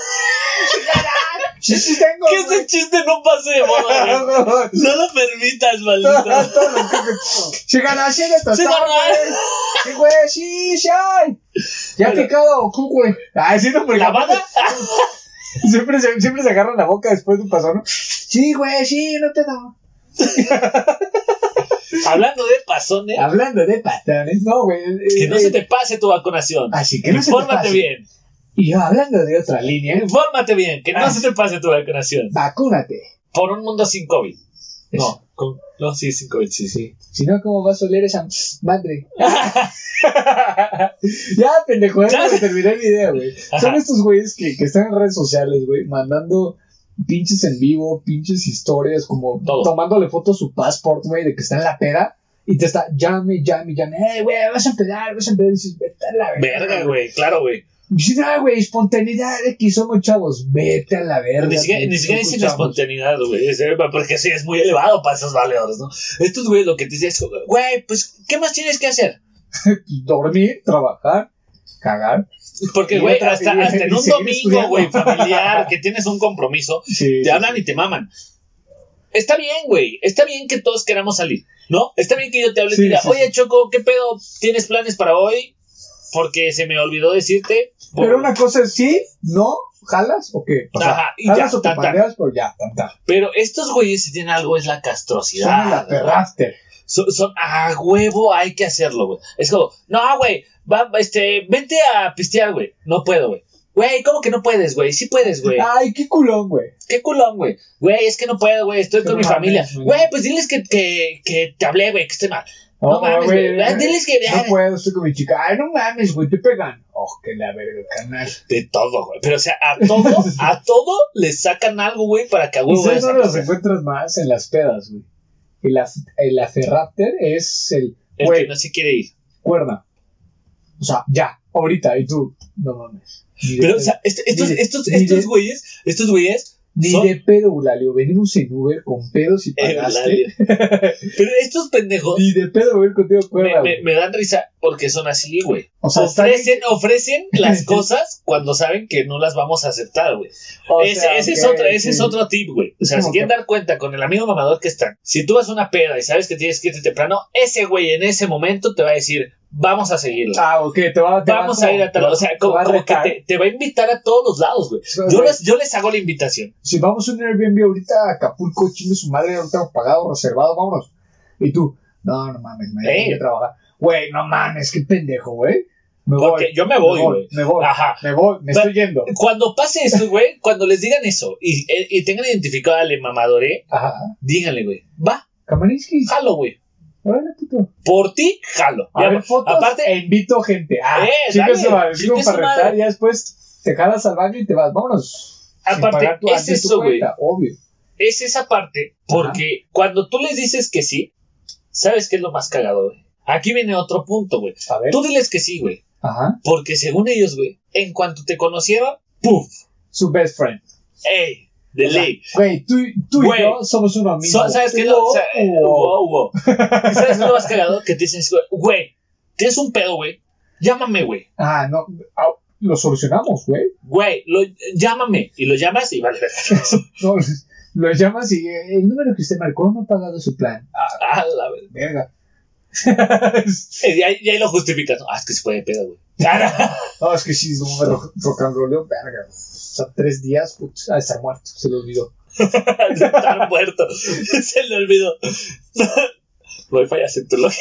Speaker 2: Sí, sí tengo.
Speaker 1: Que ese chiste no pase de moda, güey.
Speaker 2: güey.
Speaker 1: No lo permitas, maldito.
Speaker 2: Todos los cocos. Sí, gana, sí, de tostada,
Speaker 1: Sí, gana.
Speaker 2: güey. Sí, güey, sí, sí. ay. Ya
Speaker 1: Mira.
Speaker 2: picado, cu, güey. Ay, sí, no, porque
Speaker 1: ¿La banda?
Speaker 2: Siempre se, siempre se agarran la boca después de un pasón. ¿no? Sí, güey, sí, no te da.
Speaker 1: Hablando de pasones,
Speaker 2: Hablando de patanes, no, güey.
Speaker 1: que
Speaker 2: eh,
Speaker 1: no se te pase tu vacunación.
Speaker 2: Así que no se te
Speaker 1: Infórmate
Speaker 2: pase.
Speaker 1: bien.
Speaker 2: Y yo, hablando de otra línea,
Speaker 1: Infórmate bien. Que no se te pase tu vacunación.
Speaker 2: vacúnate.
Speaker 1: Por un mundo sin COVID. No, con- no, sí, sin COVID, sí, sí.
Speaker 2: Si no, ¿cómo vas a oler esa madre? ya, pendejo, ya
Speaker 1: Ya.
Speaker 2: me terminé el video, güey. Son
Speaker 1: Ajá.
Speaker 2: estos güeyes que, que están en redes sociales, güey, mandando pinches en vivo, pinches historias, como
Speaker 1: Todo.
Speaker 2: tomándole fotos a su passport, güey, de que está en la peda. Y te está, llame, llame, llame, eh, güey, vas a pedar, vas a pedar. Y dices, vete a la
Speaker 1: Verga, güey, claro, güey.
Speaker 2: Y dices, ah, güey, espontaneidad, X, somos chavos, vete a la verga.
Speaker 1: Ni siquiera,
Speaker 2: güey,
Speaker 1: ni siquiera
Speaker 2: somos
Speaker 1: dicen
Speaker 2: chavos.
Speaker 1: espontaneidad, güey. es- eh, Porque sí, es muy elevado para esos valedores, ¿no? Estos güeyes lo que te dicen es, güey, pues, ¿qué más tienes que hacer?
Speaker 2: Dormir, trabajar, cagar.
Speaker 1: Porque,
Speaker 2: Y
Speaker 1: güey,
Speaker 2: otra-
Speaker 1: hasta,
Speaker 2: y-
Speaker 1: hasta en
Speaker 2: y
Speaker 1: un
Speaker 2: seguir
Speaker 1: domingo,
Speaker 2: estudiando.
Speaker 1: güey, familiar, que tienes un compromiso,
Speaker 2: Sí.
Speaker 1: te hablan y te maman. Está bien, güey, está bien que todos queramos salir, ¿no? Está bien que yo te hable y te
Speaker 2: Sí,
Speaker 1: diga,
Speaker 2: sí,
Speaker 1: oye, Choco, ¿qué pedo? ¿Tienes planes para hoy? Porque se me olvidó decirte.
Speaker 2: Pero una cosa es sí, no, jalas o qué. O sea,
Speaker 1: Ajá, y
Speaker 2: jalas
Speaker 1: ya,
Speaker 2: o te
Speaker 1: tan, tan.
Speaker 2: pandeas, pero ya, tanta.
Speaker 1: Pero estos güeyes si tienen algo es la
Speaker 2: Son
Speaker 1: castrosidad.
Speaker 2: la
Speaker 1: güey.
Speaker 2: perrafter.
Speaker 1: Son, son- a huevo hay que hacerlo, güey. Es como, no, güey, va, va, este, vente a pistear, güey. No puedo, güey. Güey, ¿cómo que no puedes, güey? Sí puedes, güey.
Speaker 2: Ay, qué culón, güey.
Speaker 1: Qué culón, güey. Güey, es que no puedo, güey. Estoy
Speaker 2: Pero
Speaker 1: con mi
Speaker 2: no
Speaker 1: familia.
Speaker 2: mames, güey.
Speaker 1: Güey, pues diles que, que, que te hablé, güey, que estoy mal. No mames, güey. Ah, diles que-
Speaker 2: Oh, No puedo, estoy con mi chica. Ay, no mames, güey, te pegan. Oh, que la verga, canal.
Speaker 1: De todo, güey. Pero, o sea, a todo, a todo le sacan algo, güey, para que a
Speaker 2: Y
Speaker 1: huevo
Speaker 2: sabes
Speaker 1: vayas a
Speaker 2: dónde los
Speaker 1: pistear.
Speaker 2: encuentras más en las pedas, güey. El, af- el aferrafter es el,
Speaker 1: El
Speaker 2: güey,
Speaker 1: que no se quiere ir.
Speaker 2: cuerda. O sea, ya, ahorita, y tú, no mames. Ni de
Speaker 1: Pero, o
Speaker 2: pedo.
Speaker 1: sea, est- estos,
Speaker 2: Ni de-
Speaker 1: estos,
Speaker 2: ni de-
Speaker 1: estos güeyes, estos güeyes,
Speaker 2: Ni
Speaker 1: son-
Speaker 2: de pedo, Eulalio. Venimos en Uber con pedos y
Speaker 1: Eh,
Speaker 2: pagaste.
Speaker 1: Pero estos pendejos
Speaker 2: Ni de pedo, güey, contigo cuerda,
Speaker 1: me,
Speaker 2: güey.
Speaker 1: me- me dan risa porque son así, güey.
Speaker 2: O sea, está bien
Speaker 1: ofrecen, ofrecen las cosas cuando saben que no las vamos a aceptar, güey.
Speaker 2: O
Speaker 1: Ese,
Speaker 2: sea,
Speaker 1: ese es
Speaker 2: ok,
Speaker 1: otro, ese es
Speaker 2: sí.
Speaker 1: otro tip, güey. O sea, si
Speaker 2: Es como
Speaker 1: quieren
Speaker 2: que-
Speaker 1: dar cuenta con el amigo mamador que están, si tú vas a una peda y sabes que tienes que irte temprano, ese güey en ese momento te va a decir, vamos a seguirlo.
Speaker 2: Ah, ok, te va, te va
Speaker 1: Vamos
Speaker 2: como-
Speaker 1: a ir a
Speaker 2: te
Speaker 1: tal,
Speaker 2: va-
Speaker 1: o sea,
Speaker 2: te
Speaker 1: como,
Speaker 2: va a
Speaker 1: como que
Speaker 2: retar.
Speaker 1: te, te va a invitar a todos los lados, güey.
Speaker 2: Sí,
Speaker 1: Yo
Speaker 2: güey.
Speaker 1: les, yo les hago la invitación.
Speaker 2: Si vamos a un Airbnb ahorita a Acapulco, chingue su madre, ahorita hemos pagado, reservado, vámonos. Y tú, no, no mames, me
Speaker 1: Ey.
Speaker 2: tengo que trabajar. Güey, no mames, qué pendejo, güey. Me
Speaker 1: Porque yo me voy,
Speaker 2: me
Speaker 1: güey.
Speaker 2: voy, me voy,
Speaker 1: Ajá.
Speaker 2: me voy, me
Speaker 1: Pero-
Speaker 2: estoy yendo.
Speaker 1: Cuando pase eso, güey, cuando les digan eso y, eh, y tengan identificado al eh, mamadoré,
Speaker 2: Ajá.
Speaker 1: díganle, güey, va,
Speaker 2: Kamarinsky,
Speaker 1: jalo, güey.
Speaker 2: órale, puto.
Speaker 1: Por ti, jalo.
Speaker 2: A
Speaker 1: Ya,
Speaker 2: ver, fotos,
Speaker 1: aparte,
Speaker 2: e invito gente. Ah,
Speaker 1: Eh,
Speaker 2: chingue
Speaker 1: dale,
Speaker 2: su madre,
Speaker 1: chingue
Speaker 2: digo,
Speaker 1: su
Speaker 2: para rentar,
Speaker 1: madre.
Speaker 2: ya después te jalas al baño y te vas, vámonos. Sin
Speaker 1: Aparte,
Speaker 2: pagar tu-
Speaker 1: es
Speaker 2: antes tu
Speaker 1: eso, güey.
Speaker 2: cuenta, Obvio.
Speaker 1: es esa parte porque cuando tú les dices que sí, ¿sabes qué es lo más cagado, güey? Aquí viene otro punto, güey.
Speaker 2: A ver,
Speaker 1: Tú diles que sí, güey.
Speaker 2: ajá.
Speaker 1: Porque según ellos, güey, en cuanto te conocieron, ¡puf!
Speaker 2: Su best friend.
Speaker 1: ¡Ey! De
Speaker 2: O sea,
Speaker 1: ley.
Speaker 2: Güey, tú, tú
Speaker 1: Güey.
Speaker 2: y yo somos uno mismo.
Speaker 1: So- ¿Sabes qué es lo, o sea, eh, wow, wow. ¿Sabes qué es lo más cagado? Que te dicen, güey, tienes un pedo, güey. Llámame, güey.
Speaker 2: Ah, no. au, Lo solucionamos, güey.
Speaker 1: Güey, lo, llámame. Y lo llamas y vale.
Speaker 2: No, lo llamas y eh, el número que usted marcó no ha pagado su plan. Ah,
Speaker 1: A la verga.
Speaker 2: verga.
Speaker 1: Y ahí, y ahí lo justificas. Ah, es que se fue de pedo, güey.
Speaker 2: No, es que sí, no, me ro- rock and rolleo, verga. güey. O sea, tres días, putz, ha de estar muerto, se lo olvidó.
Speaker 1: Está muerto. Se le olvidó. Güey, fallas en tu lógica.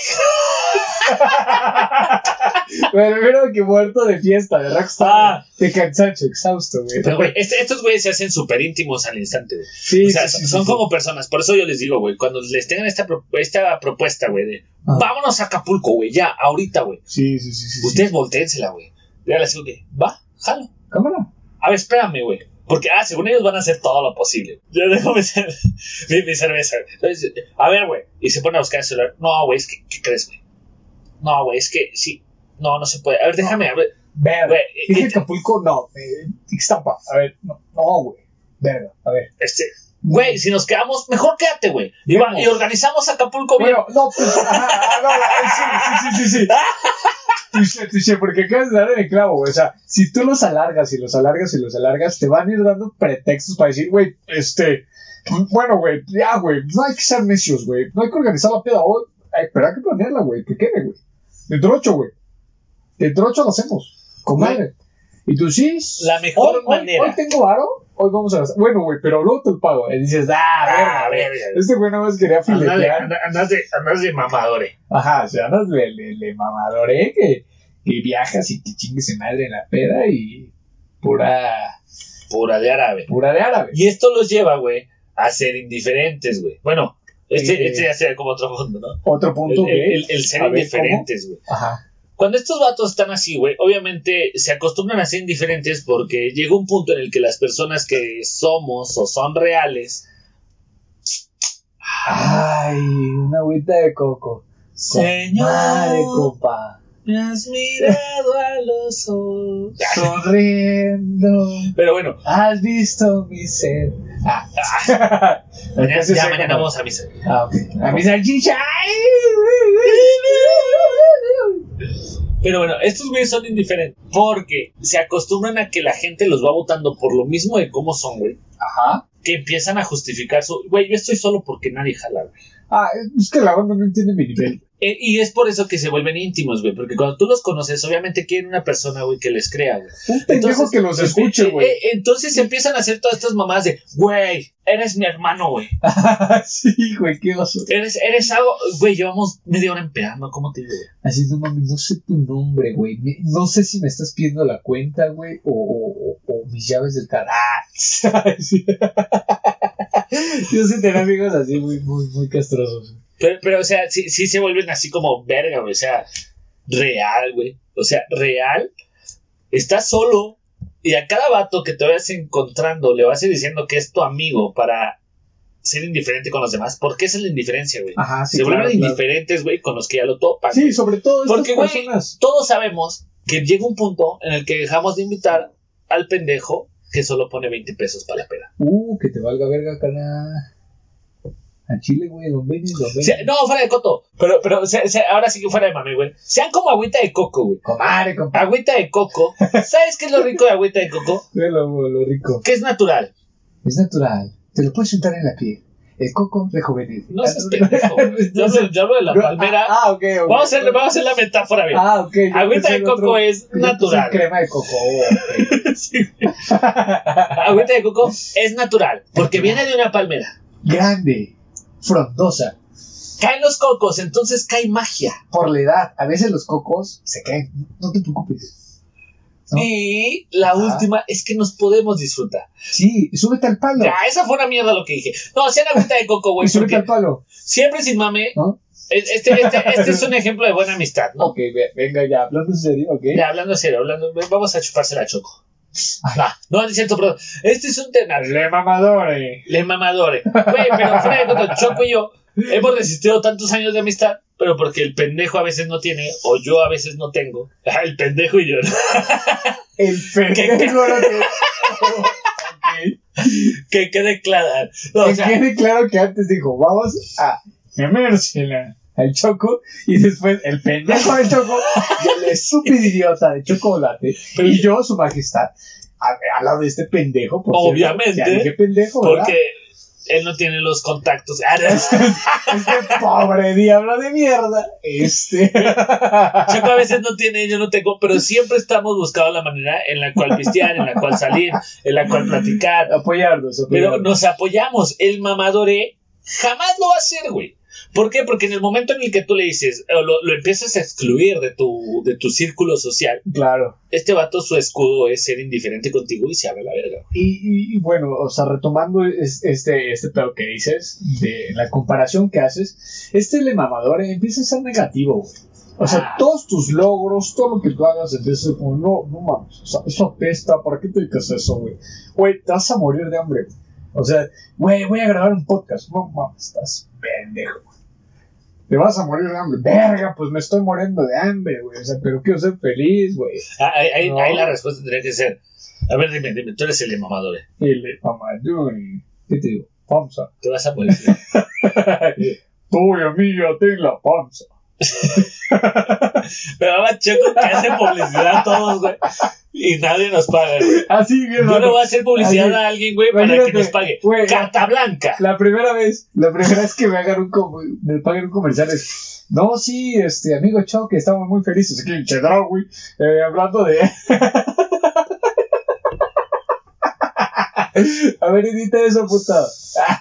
Speaker 2: Bueno, primero que muerto de fiesta, de rockstar.
Speaker 1: Ah.
Speaker 2: De cansancio, exhausto, güey.
Speaker 1: Pero, güey, este- estos güeyes se hacen súper íntimos al instante, güey.
Speaker 2: Sí,
Speaker 1: o sea,
Speaker 2: sí, sí,
Speaker 1: son
Speaker 2: sí,
Speaker 1: como personas. Por eso yo les digo, güey, cuando les tengan esta, pro- esta propuesta, güey, de
Speaker 2: Ah.
Speaker 1: vámonos a Acapulco, güey, ya, ahorita, güey.
Speaker 2: Sí, sí, sí, sí. sí.
Speaker 1: Ustedes volteensela, güey. Ya les digo que, va, jalo.
Speaker 2: Cámara.
Speaker 1: A ver, espérame, güey. Porque, ah, según ellos van a hacer todo lo posible. Yo dejo mi, cer- mi, mi cerveza. güey. Entonces, a ver, güey. Y se pone a buscar el celular. No, güey, es que, ¿qué crees, güey? No, güey, es que sí. No, no se puede. A ver, déjame, a ver.
Speaker 2: Verga.
Speaker 1: Güey,
Speaker 2: Dije
Speaker 1: eh,
Speaker 2: Acapulco, no. eh, Ixtapa. A ver, no, no, güey. Verga, a ver.
Speaker 1: Este, güey, si nos quedamos, mejor quédate, güey. Y, va- y organizamos Acapulco bien.
Speaker 2: Bueno, no, pues. Ajá, ah, no, eh, sí, sí, sí, sí. sí. Touché, touché, porque acabas de dar en el clavo, güey. O sea, si tú los alargas y los alargas y los alargas, te van a ir dando pretextos para decir, güey, este. Bueno, güey, ya, güey. No hay que ser necios, güey. No hay que organizar la peda hoy. Ay, pero hay que planearla, güey. Que quede, güey. De trocho, güey. De trocho lo hacemos. Con
Speaker 1: Güey.
Speaker 2: madre. Y tú sí.
Speaker 1: La mejor
Speaker 2: hoy- hoy-
Speaker 1: manera.
Speaker 2: Hoy, tengo varo. Hoy vamos a gastar. Bueno, güey, pero luego te pago. Y dices, ah, verga,
Speaker 1: Ah,
Speaker 2: güey.
Speaker 1: verga, güey.
Speaker 2: Este güey nada más quería
Speaker 1: Andas de,
Speaker 2: filetear.
Speaker 1: andas de, andas de mamadores.
Speaker 2: Ajá, o sea, andas le, le, le mamadoré que, que viajas y que chingues de madre en la peda y pura,
Speaker 1: Pura de árabe.
Speaker 2: pura de árabe.
Speaker 1: Y esto los lleva, güey, a ser indiferentes, güey. Bueno, este,
Speaker 2: Eh.
Speaker 1: este ya sea como otro mundo, ¿no?
Speaker 2: Otro
Speaker 1: El,
Speaker 2: punto
Speaker 1: el-
Speaker 2: que...
Speaker 1: el- el ser
Speaker 2: A ver,
Speaker 1: indiferentes, güey.
Speaker 2: Ajá.
Speaker 1: Cuando estos vatos están así, güey, obviamente se acostumbran a ser indiferentes porque llega un punto en el que las personas que somos o son reales
Speaker 2: Ay, una agüita de coco.
Speaker 1: Señor.
Speaker 2: Madre, compa.
Speaker 1: Me has mirado a los ojos.
Speaker 2: Sonriendo.
Speaker 1: Pero bueno,
Speaker 2: Has visto mi ser. Ah.
Speaker 1: mañana,
Speaker 2: Entonces,
Speaker 1: ya
Speaker 2: sí,
Speaker 1: mañana
Speaker 2: compa.
Speaker 1: vamos a misa.
Speaker 2: Ah, ok. A mi salchicha. Ay.
Speaker 1: Pero bueno, estos güeyes son indiferentes porque se acostumbran a que la gente los va votando por lo mismo de cómo son, güey.
Speaker 2: Ajá.
Speaker 1: Que empiezan a justificar su, güey, yo estoy solo porque nadie jala, güey.
Speaker 2: Ah, es que la banda no entiende mi nivel.
Speaker 1: E- y es por eso que se vuelven íntimos, güey. Porque cuando tú los conoces, obviamente quieren una persona, güey, que les crea, güey.
Speaker 2: Un pendejo que los escuche, güey.
Speaker 1: eh, entonces empiezan a hacer todas estas mamadas de, güey, eres mi hermano, güey.
Speaker 2: ah, sí, güey, qué oso.
Speaker 1: Eres, eres algo, güey, llevamos media hora empezando, ¿cómo te digo?
Speaker 2: Así, no mames, no sé tu nombre, güey. Me- No sé si me estás pidiendo la cuenta, güey, o, o- o- o mis llaves del carro. Ah, sí. Yo sé tener amigos así muy, muy, muy castrosos.
Speaker 1: Pero, pero, o sea, sí, sí se vuelven así como verga, güey. O sea, real, güey. O sea, real. Estás solo y a cada vato que te vayas encontrando le vas a ir diciendo que es tu amigo para ser indiferente con los demás. ¿Por qué esa es la indiferencia, güey?
Speaker 2: Ajá,
Speaker 1: se vuelven indiferentes, güey, con los que ya lo topan.
Speaker 2: Sí, sobre todo estas
Speaker 1: Porque, güey,
Speaker 2: personas.
Speaker 1: Todos sabemos que llega un punto en el que dejamos de invitar al pendejo que solo pone 20 pesos para la peda.
Speaker 2: Uh, que te valga verga, cana. A Chile, güey, don Benny, don
Speaker 1: O
Speaker 2: Benny.
Speaker 1: sea, no, fuera de coto. Pero, pero o sea, o sea, ahora sí que fuera de mami, güey. Sean como agüita de coco, Ah, güey.
Speaker 2: Comadre, compadre.
Speaker 1: Agüita de coco. ¿Sabes qué es lo rico de agüita de coco?
Speaker 2: Lo, lo rico.
Speaker 1: Que es natural.
Speaker 2: Es natural. Te lo puedes untar en la piel. El coco rejuvenece.
Speaker 1: No seas pendejo. güey. Yo hablo, yo hablo de la palmera.
Speaker 2: Ah, ok, ok.
Speaker 1: Vamos a hacer, vamos a hacer la metáfora bien.
Speaker 2: Ah, ok. yo
Speaker 1: Agüita
Speaker 2: pensé
Speaker 1: de
Speaker 2: en
Speaker 1: coco
Speaker 2: otro-
Speaker 1: es
Speaker 2: yo pensé en
Speaker 1: natural.
Speaker 2: Crema de coco. oh, ok.
Speaker 1: Agüita de coco es natural. Porque viene de una palmera.
Speaker 2: Grande, frondosa.
Speaker 1: Caen los cocos, entonces cae magia.
Speaker 2: Por la edad, a veces los cocos se caen. No te preocupes. ¿No? Ah.
Speaker 1: Y la
Speaker 2: Ajá.
Speaker 1: última es que nos podemos disfrutar.
Speaker 2: Sí, súbete al palo.
Speaker 1: Ya, esa fue una mierda lo que dije. No, sean agüita de coco,
Speaker 2: Y
Speaker 1: güey.
Speaker 2: súbete al
Speaker 1: porque
Speaker 2: palo.
Speaker 1: Siempre sin mame.
Speaker 2: ¿No?
Speaker 1: es- Este, este, este es un ejemplo de buena amistad, ¿no?
Speaker 2: Ok, ve- venga ya, hablando en serio, ok.
Speaker 1: Ya, hablando en serio, hablando, vamos a chuparse la choco.
Speaker 2: Ah.
Speaker 1: Va, no, es cierto, perdón. Este es un tema.
Speaker 2: Le mamadores.
Speaker 1: Le mamadores. Güey, pero fuera de cuando Choco y yo hemos resistido tantos años de amistad, pero porque el pendejo a veces no tiene, o yo a veces no tengo. Ah, El pendejo y yo. ¿no?
Speaker 2: El pendejo no te- Ok.
Speaker 1: Que quede clara. No, o
Speaker 2: Que
Speaker 1: sea,
Speaker 2: quede claro que antes dijo, vamos a memérsela al Choco y después el pendejo del Choco y el estúpido idiota de chocolate
Speaker 1: Pero-
Speaker 2: y yo, su majestad, a- al lado de este pendejo. por cierto.
Speaker 1: Obviamente.
Speaker 2: Ya dije pendejo, ¿verdad?
Speaker 1: porque él no tiene los contactos. Ah,
Speaker 2: Este pobre diablo de mierda. Este.
Speaker 1: Chaco a veces no tiene, yo no tengo, pero siempre estamos buscando la manera en la cual pistear, en la cual salir, en la cual platicar.
Speaker 2: Apoyarnos,
Speaker 1: Pero
Speaker 2: apoyarnos.
Speaker 1: nos apoyamos. El mamadore jamás lo va a hacer, güey. ¿Por qué? Porque en el momento en el que tú le dices, o lo, lo empiezas a excluir de tu, de tu círculo social,
Speaker 2: Claro.
Speaker 1: este vato su escudo es ser indiferente contigo y se abre la verga.
Speaker 2: Y, y- y bueno, o sea, retomando es- este, este pedo que dices, de la comparación que haces, este le mamador empieza a ser negativo, güey. O sea, todos tus logros, todo lo que tú hagas, empieza a ser como, no, no mames, o sea, eso apesta, ¿para qué te dedicas a eso, güey? Güey, te vas a morir de hambre, güey. O sea, güey, voy a grabar un podcast, no mames, estás pendejo, güey. Te vas a morir de hambre, verga, pues me estoy muriendo de hambre, güey. O sea, pero quiero ser feliz, güey.
Speaker 1: Ah, Ahí, ahí-
Speaker 2: No.
Speaker 1: ahí la respuesta tendría que ser, a ver, dime, dime, tú eres el mamadore,
Speaker 2: Y le mamador, ¿qué te digo? Vamos a
Speaker 1: te vas a morir.
Speaker 2: Tú y a mí ya te la panza.
Speaker 1: Pero ahora Choco que hace publicidad a todos, güey. Y nadie nos paga, güey.
Speaker 2: Así bien,
Speaker 1: Yo
Speaker 2: mano.
Speaker 1: le voy a hacer publicidad
Speaker 2: Así.
Speaker 1: a alguien, güey, para que
Speaker 2: Imagínate,
Speaker 1: nos pague.
Speaker 2: güey,
Speaker 1: Carta blanca.
Speaker 2: La primera vez, la primera vez que me hagan un, com- me paguen un comercial es. No, sí, este, amigo Choque, estamos muy felices aquí en Chedraui, güey. eh, hablando de. A ver, edita eso, puta.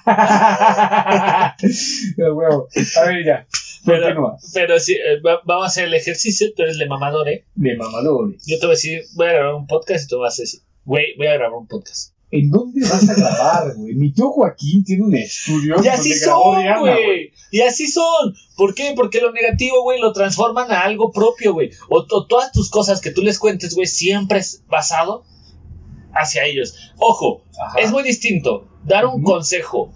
Speaker 2: De huevo. A ver, ya.
Speaker 1: Pero,
Speaker 2: Continúa.
Speaker 1: pero sí, eh, va- vamos a hacer el ejercicio, tú eres el mamador, ¿eh?
Speaker 2: De mamadores.
Speaker 1: Yo te voy a decir, voy a grabar un podcast y tú me vas a decir, güey, voy a grabar un podcast.
Speaker 2: ¿En dónde vas a grabar, güey? Mi tío Joaquín tiene un estudio.
Speaker 1: Y así
Speaker 2: donde grabó
Speaker 1: son,
Speaker 2: Rihanna,
Speaker 1: güey. Y así son. ¿Por qué? Porque lo negativo, güey, lo transforman a algo propio, güey. O, to- todas tus cosas que tú les cuentes, güey, siempre es basado hacia ellos. Ojo,
Speaker 2: Ajá.
Speaker 1: es muy distinto dar un
Speaker 2: Ujú.
Speaker 1: consejo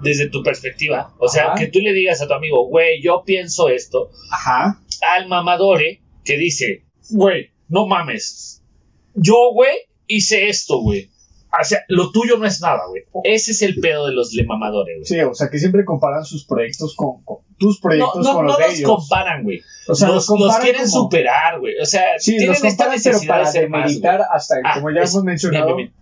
Speaker 1: desde tu perspectiva. O sea,
Speaker 2: Ajá.
Speaker 1: que tú le digas a tu amigo, güey, yo pienso esto.
Speaker 2: Ajá.
Speaker 1: al mamadore que dice, güey, no mames. Yo, güey, hice esto, güey. O sea, lo tuyo no es nada, güey. Ese es el pedo de los le mamadores, güey.
Speaker 2: Sí, o sea, que siempre comparan sus proyectos con, con tus
Speaker 1: No,
Speaker 2: proyectos
Speaker 1: no,
Speaker 2: con
Speaker 1: no
Speaker 2: los de
Speaker 1: los
Speaker 2: ellos.
Speaker 1: comparan, güey.
Speaker 2: O sea,
Speaker 1: los,
Speaker 2: los comparan
Speaker 1: los quieren
Speaker 2: como-
Speaker 1: superar, güey. O sea,
Speaker 2: Sí,
Speaker 1: tienen
Speaker 2: los
Speaker 1: esta
Speaker 2: comparan, pero
Speaker 1: necesidad de
Speaker 2: para
Speaker 1: ser más, güey.
Speaker 2: demeritar hasta,
Speaker 1: Ah,
Speaker 2: como ya
Speaker 1: es-
Speaker 2: hemos mencionado,
Speaker 1: bien, bien,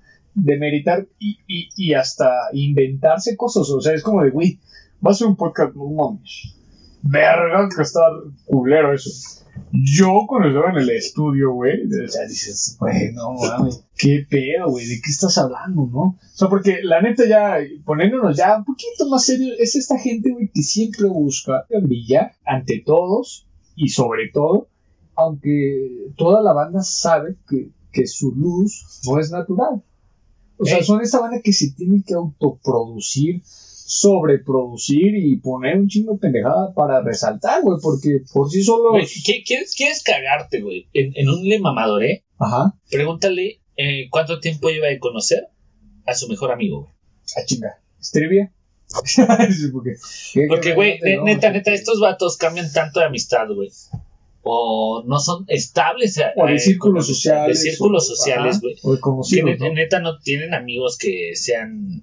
Speaker 2: demeritar y, y, y hasta inventarse cosas. O sea, es como de, güey, vas a hacer un podcast, no mames. Verga, que está culero eso. Yo cuando estaba en el estudio, güey, o sea, dices, güey, no mames, qué pedo, güey, ¿de qué estás hablando, no? O sea, porque la neta ya, poniéndonos ya un poquito más serio, es esta gente, güey, que siempre busca brillar ante todos y sobre todo, aunque toda la banda sabe que, que su luz no es natural. O sea,
Speaker 1: Ey.
Speaker 2: son esta banda que se tienen que autoproducir, sobreproducir y poner un chingo de pendejada para resaltar, güey, porque por sí solo...
Speaker 1: güey. ¿Qui- ¿Quieres, quieres cagarte, güey? En, en un le mamadore,
Speaker 2: Ajá,
Speaker 1: pregúntale eh, cuánto tiempo lleva de conocer a su mejor amigo, güey.
Speaker 2: a chinga. ¿Es trivia? Sí, porque,
Speaker 1: Porque, güey,
Speaker 2: realmente
Speaker 1: ne-
Speaker 2: no,
Speaker 1: neta,
Speaker 2: o sea,
Speaker 1: neta, estos vatos cambian tanto de amistad, güey. O no son estables. eh,
Speaker 2: O de
Speaker 1: con-
Speaker 2: círculos sociales.
Speaker 1: De círculos
Speaker 2: o-
Speaker 1: sociales,
Speaker 2: ajá,
Speaker 1: güey.
Speaker 2: O de
Speaker 1: Que
Speaker 2: conocidos,
Speaker 1: ne-
Speaker 2: ¿no?
Speaker 1: neta no tienen amigos que sean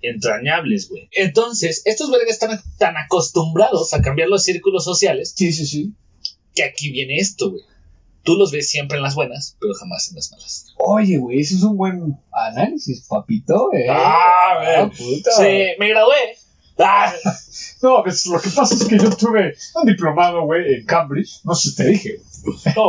Speaker 1: entrañables, güey. Entonces, estos vergas están tan acostumbrados a cambiar los círculos sociales
Speaker 2: Sí, sí, sí.
Speaker 1: que aquí viene esto, güey. Tú los ves siempre en las buenas, pero jamás en las malas.
Speaker 2: Oye, güey, eso es un buen análisis, papito. eh.
Speaker 1: Ah, güey.
Speaker 2: puta.
Speaker 1: Sí, me gradué. Ah,
Speaker 2: No, pues, lo que pasa es que yo tuve un diplomado, güey, en Cambridge. No sé si te dije. güey.
Speaker 1: no,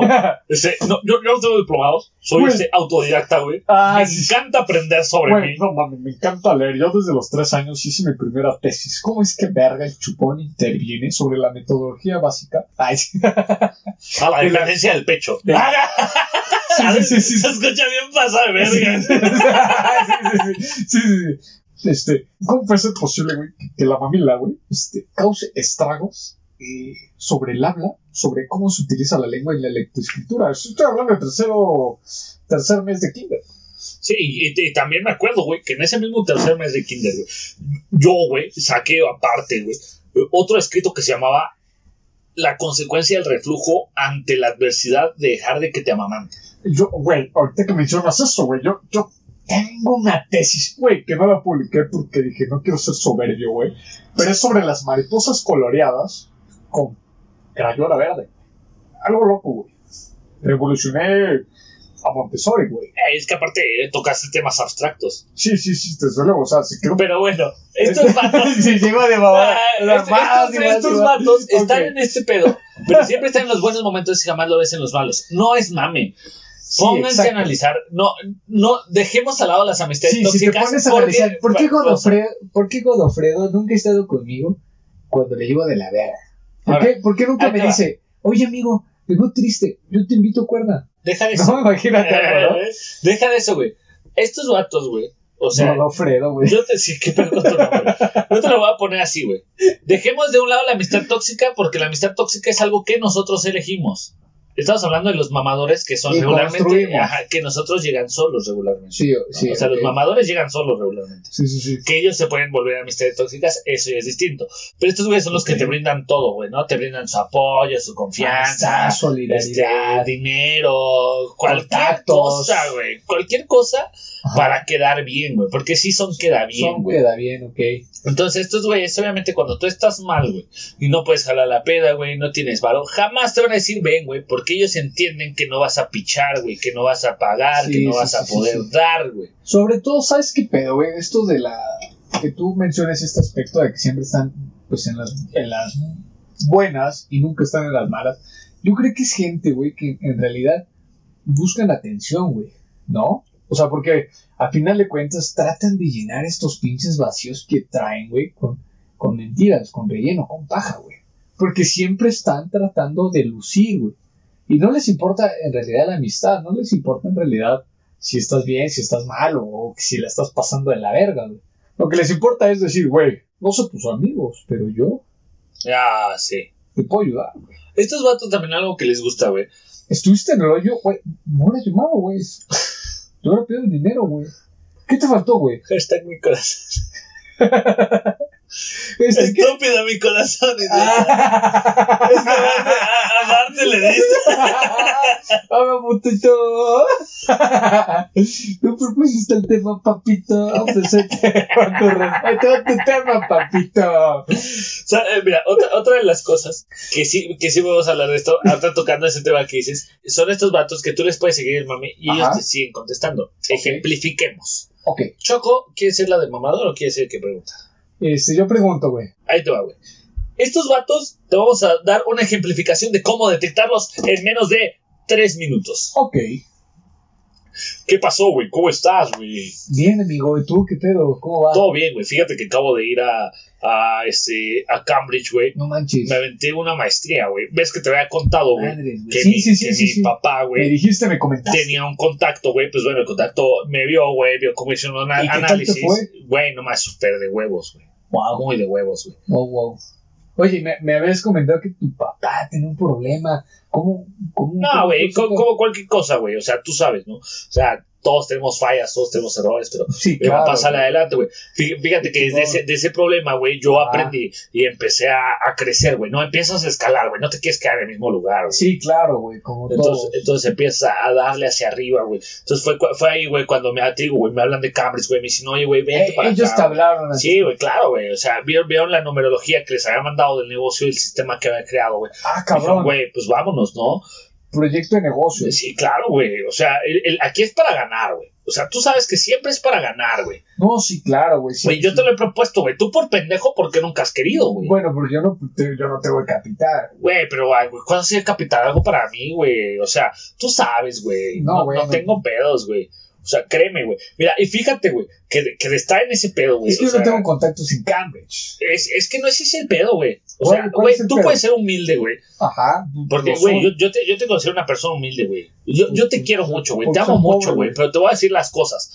Speaker 1: este, no, yo, yo no tengo diplomados, soy
Speaker 2: Güey.
Speaker 1: este, autodidacta, güey.
Speaker 2: Ah,
Speaker 1: me
Speaker 2: sí, sí.
Speaker 1: encanta aprender sobre mí.
Speaker 2: Güey, no mames, me encanta leer. Yo desde los tres años hice mi primera tesis. ¿Cómo es que verga el chupón interviene sobre la metodología básica? Ay, sí.
Speaker 1: A la
Speaker 2: de la-
Speaker 1: diferencia del pecho.
Speaker 2: de-
Speaker 1: A ver,
Speaker 2: sí, sí, sí.
Speaker 1: Se escucha bien pasada de
Speaker 2: Sí,
Speaker 1: verga.
Speaker 2: sí, sí, sí, sí, sí. Este, ¿cómo puede ser posible, güey, que- que la mamila, güey, este, cause estragos eh, sobre el habla, sobre cómo se utiliza la lengua y la lectoescritura? Estoy hablando de tercero, tercer mes de kinder.
Speaker 1: Sí, y, y también me acuerdo, güey, que en ese mismo tercer mes de kinder, güey, yo, güey, saqué aparte, güey, otro escrito que se llamaba La consecuencia del reflujo ante la adversidad de dejar de que te amamante.
Speaker 2: Yo, güey, ahorita que mencionas eso, güey, yo, yo tengo una tesis, güey, que no la publiqué porque dije, no quiero ser soberbio, güey, pero es sobre las mariposas coloreadas con crayola verde. Algo loco, güey. Revolucioné
Speaker 4: a Montessori, güey.
Speaker 1: Eh, es que aparte eh, tocaste temas abstractos.
Speaker 4: Sí, sí, sí, te suele gozar. Sí, creo
Speaker 1: Pero bueno, estos vatos.
Speaker 4: se lleva de babada.
Speaker 1: Ah,
Speaker 4: La
Speaker 1: estos-
Speaker 4: más
Speaker 1: estos-
Speaker 4: y más y
Speaker 1: estos
Speaker 4: más.
Speaker 1: vatos están
Speaker 4: Ok.
Speaker 1: en este pedo, pero siempre están en los buenos momentos y jamás lo ves en los malos. No es mame.
Speaker 4: Sí,
Speaker 1: Pónganse
Speaker 4: exacto.
Speaker 1: a analizar. No, no, dejemos al lado las amistades
Speaker 4: Sí, si te
Speaker 1: tóxicas.
Speaker 4: pones a
Speaker 1: porque-
Speaker 4: analizar, ¿por qué,
Speaker 1: bueno,
Speaker 4: Godofredo, ¿por qué Godofredo nunca ha estado conmigo cuando le llevo de la verga? ¿Por
Speaker 1: Ahora,
Speaker 4: qué, por qué nunca
Speaker 1: ahí
Speaker 4: me
Speaker 1: te va.
Speaker 4: dice, oye amigo, vengo triste, yo te invito a cuerda?
Speaker 1: Deja de eso.
Speaker 4: No, imagínate, ¿no?
Speaker 1: Deja de eso, güey. Estos vatos, güey. O sea,
Speaker 4: Godofredo, güey.
Speaker 1: Yo te sí, qué pedo con tu nombre. Yo te lo voy a poner así, güey. Dejemos de un lado la amistad tóxica porque la amistad tóxica es algo que nosotros elegimos. Estamos hablando de los mamadores que son
Speaker 4: Y
Speaker 1: regularmente,
Speaker 4: construimos.
Speaker 1: ajá, que nosotros llegan solos regularmente.
Speaker 4: Sí,
Speaker 1: ¿no?
Speaker 4: sí.
Speaker 1: o sea,
Speaker 4: ok.
Speaker 1: los mamadores llegan solos regularmente.
Speaker 4: Sí, sí, sí.
Speaker 1: Que ellos se pueden volver amistades tóxicas, eso ya es distinto. Pero estos güeyes son los que te brindan todo, güey, ¿no? Te brindan su apoyo, su confianza,
Speaker 4: Ah,
Speaker 1: este,
Speaker 4: solidaridad.
Speaker 1: dinero, cualquier
Speaker 4: ah, Contactos.
Speaker 1: cosa, güey. Cualquier cosa
Speaker 4: Ajá.
Speaker 1: para quedar bien, güey. Porque sí son queda bien,
Speaker 4: Son
Speaker 1: güey.
Speaker 4: queda bien, ok.
Speaker 1: Entonces, estos güeyes, obviamente, cuando tú estás mal, güey, y no puedes jalar la peda, güey, no tienes valor, jamás te van a decir, ven, güey, porque ellos entienden que no vas a pichar, güey, que no vas a pagar,
Speaker 4: Sí,
Speaker 1: que no
Speaker 4: sí,
Speaker 1: vas
Speaker 4: sí,
Speaker 1: a
Speaker 4: sí,
Speaker 1: poder
Speaker 4: sí.
Speaker 1: dar, güey.
Speaker 4: Sobre todo, ¿sabes qué pedo, güey? Esto de la... Que tú menciones este aspecto de que siempre están, pues, en las, en las buenas y nunca están en las malas. Yo creo que es gente, güey, que en realidad buscan atención, güey, ¿no? O sea, porque a final de cuentas tratan de llenar estos pinches vacíos que traen, güey, con, con mentiras, con relleno, con paja, güey. Porque siempre están tratando de lucir, güey. Y no les importa en realidad la amistad, no les importa en realidad si estás bien, si estás mal o, o si la estás pasando de la verga, güey. Lo que les importa es decir, güey, no son tus amigos, pero yo
Speaker 1: Ah, sí.
Speaker 4: te puedo ayudar.
Speaker 1: Estos vatos también algo que les gusta, güey.
Speaker 4: Estuviste en el hoyo, güey. Me hubieras llamado, güey. Yo ahora pido dinero, güey. ¿Qué te faltó, güey?
Speaker 1: Hashtag mi corazón.
Speaker 4: Este, ¿qué?
Speaker 1: Estúpido mi corazón. y-
Speaker 4: Ah,
Speaker 1: Este güey, a- a Marte le dice. Ah,
Speaker 4: Hola, putito. No propusiste el tema, papito. Pues ahí te va tu re- ahí te va tu tema, papito.
Speaker 1: O sea, eh, mira, otra, otra de las cosas que sí, que sí vamos a hablar de esto, ahorita tocando ese tema que dices, son estos vatos que tú les puedes seguir el mami y ellos
Speaker 4: Ajá.
Speaker 1: te siguen contestando. Ejemplifiquemos.
Speaker 4: Ok,
Speaker 1: Choco, ¿quiere ser la de mamador o quiere ser el que pregunta?
Speaker 4: este, yo pregunto, güey.
Speaker 1: Ahí te va, güey. Estos vatos te vamos a dar una ejemplificación de cómo detectarlos en menos de tres minutos.
Speaker 4: Ok,
Speaker 1: ¿Qué pasó, güey? ¿Cómo estás, güey?
Speaker 4: bien, amigo. ¿Y tú qué pedo? ¿Cómo va?
Speaker 1: Todo bien, güey. Fíjate que acabo de ir a, a, este, a Cambridge, güey.
Speaker 4: No manches.
Speaker 1: Me aventé una maestría, güey. Ves que te había contado, güey.
Speaker 4: Madres, güey.
Speaker 1: Que
Speaker 4: Sí,
Speaker 1: mi,
Speaker 4: sí, sí,
Speaker 1: que
Speaker 4: sí,
Speaker 1: mi
Speaker 4: sí.
Speaker 1: papá,
Speaker 4: Me
Speaker 1: güey,
Speaker 4: dijiste, me comentaste.
Speaker 1: tenía un contacto, güey. Pues bueno, el contacto me vio, güey, vio cómo hicieron un
Speaker 4: ¿Y qué tal te
Speaker 1: análisis.
Speaker 4: fue?
Speaker 1: Güey, nomás súper de huevos, güey.
Speaker 4: Wow.
Speaker 1: Muy de huevos, güey.
Speaker 4: Wow, wow. Oye, me, me habías comentado que tu papá tenía un problema. ¿Cómo? cómo
Speaker 1: No,
Speaker 4: cómo
Speaker 1: güey,
Speaker 4: fue
Speaker 1: co-
Speaker 4: eso?
Speaker 1: como cualquier cosa, güey. O sea, tú sabes, ¿no? O sea, todos tenemos fallas, todos tenemos errores, pero
Speaker 4: Sí,
Speaker 1: le va a
Speaker 4: claro,
Speaker 1: pasar
Speaker 4: güey.
Speaker 1: adelante, güey. Fí- Fíjate que desde ese, de ese problema, güey, yo
Speaker 4: Ah.
Speaker 1: aprendí y empecé a, a crecer, güey. No empiezas a escalar, güey. No te quieres quedar en el mismo lugar, güey.
Speaker 4: Sí, claro, güey, como
Speaker 1: Entonces,
Speaker 4: todo.
Speaker 1: entonces empieza a darle hacia arriba, güey. Entonces fue, cu- fue ahí, güey, cuando me atigo, güey, me hablan de Cambridge, güey, me dicen, oye, güey, vente
Speaker 4: Eh,
Speaker 1: para
Speaker 4: ellos te
Speaker 1: acá. güey".
Speaker 4: hablaron así.
Speaker 1: Sí, güey, claro, güey. O sea, vieron, vieron la numerología que les había mandado del negocio y el sistema que había creado, güey. Dijeron,
Speaker 4: Ah, cabrón,
Speaker 1: güey, pues vámonos, ¿no?
Speaker 4: proyecto de negocio.
Speaker 1: Sí, claro, güey. O sea, el- el- aquí es para ganar, güey. O sea, tú sabes que siempre es para ganar, güey.
Speaker 4: No, sí, claro, güey. sí,
Speaker 1: Güey, yo
Speaker 4: sí.
Speaker 1: te lo he propuesto, güey. Tú por pendejo, porque nunca has querido, güey?
Speaker 4: Bueno, porque yo no, te- yo no tengo el capital.
Speaker 1: Güey, pero, ay, güey, ¿cuándo se capital algo para mí, güey? O sea, tú sabes, güey.
Speaker 4: No,
Speaker 1: No,
Speaker 4: güey,
Speaker 1: no
Speaker 4: no.
Speaker 1: tengo pedos, güey. O sea, créeme, güey. Mira, y fíjate, güey, que, de- que de estar en ese pedo, güey.
Speaker 4: Es que
Speaker 1: o
Speaker 4: yo no
Speaker 1: sea,
Speaker 4: tengo contactos en Cambridge.
Speaker 1: es, es que no es ese el pedo, güey. O
Speaker 4: Güey,
Speaker 1: sea,
Speaker 4: ¿cuál
Speaker 1: güey,
Speaker 4: es el
Speaker 1: tú
Speaker 4: pedo? Mm,
Speaker 1: puedes ser humilde, güey.
Speaker 4: Ajá.
Speaker 1: Porque,
Speaker 4: lo
Speaker 1: güey,
Speaker 4: son.
Speaker 1: yo, yo, te, yo te considero una persona humilde, güey. Yo, yo te quiero mucho, güey.
Speaker 4: Mm, Porque
Speaker 1: Te amo
Speaker 4: soy pobre,
Speaker 1: mucho, güey.
Speaker 4: güey.
Speaker 1: Pero te voy a decir las cosas.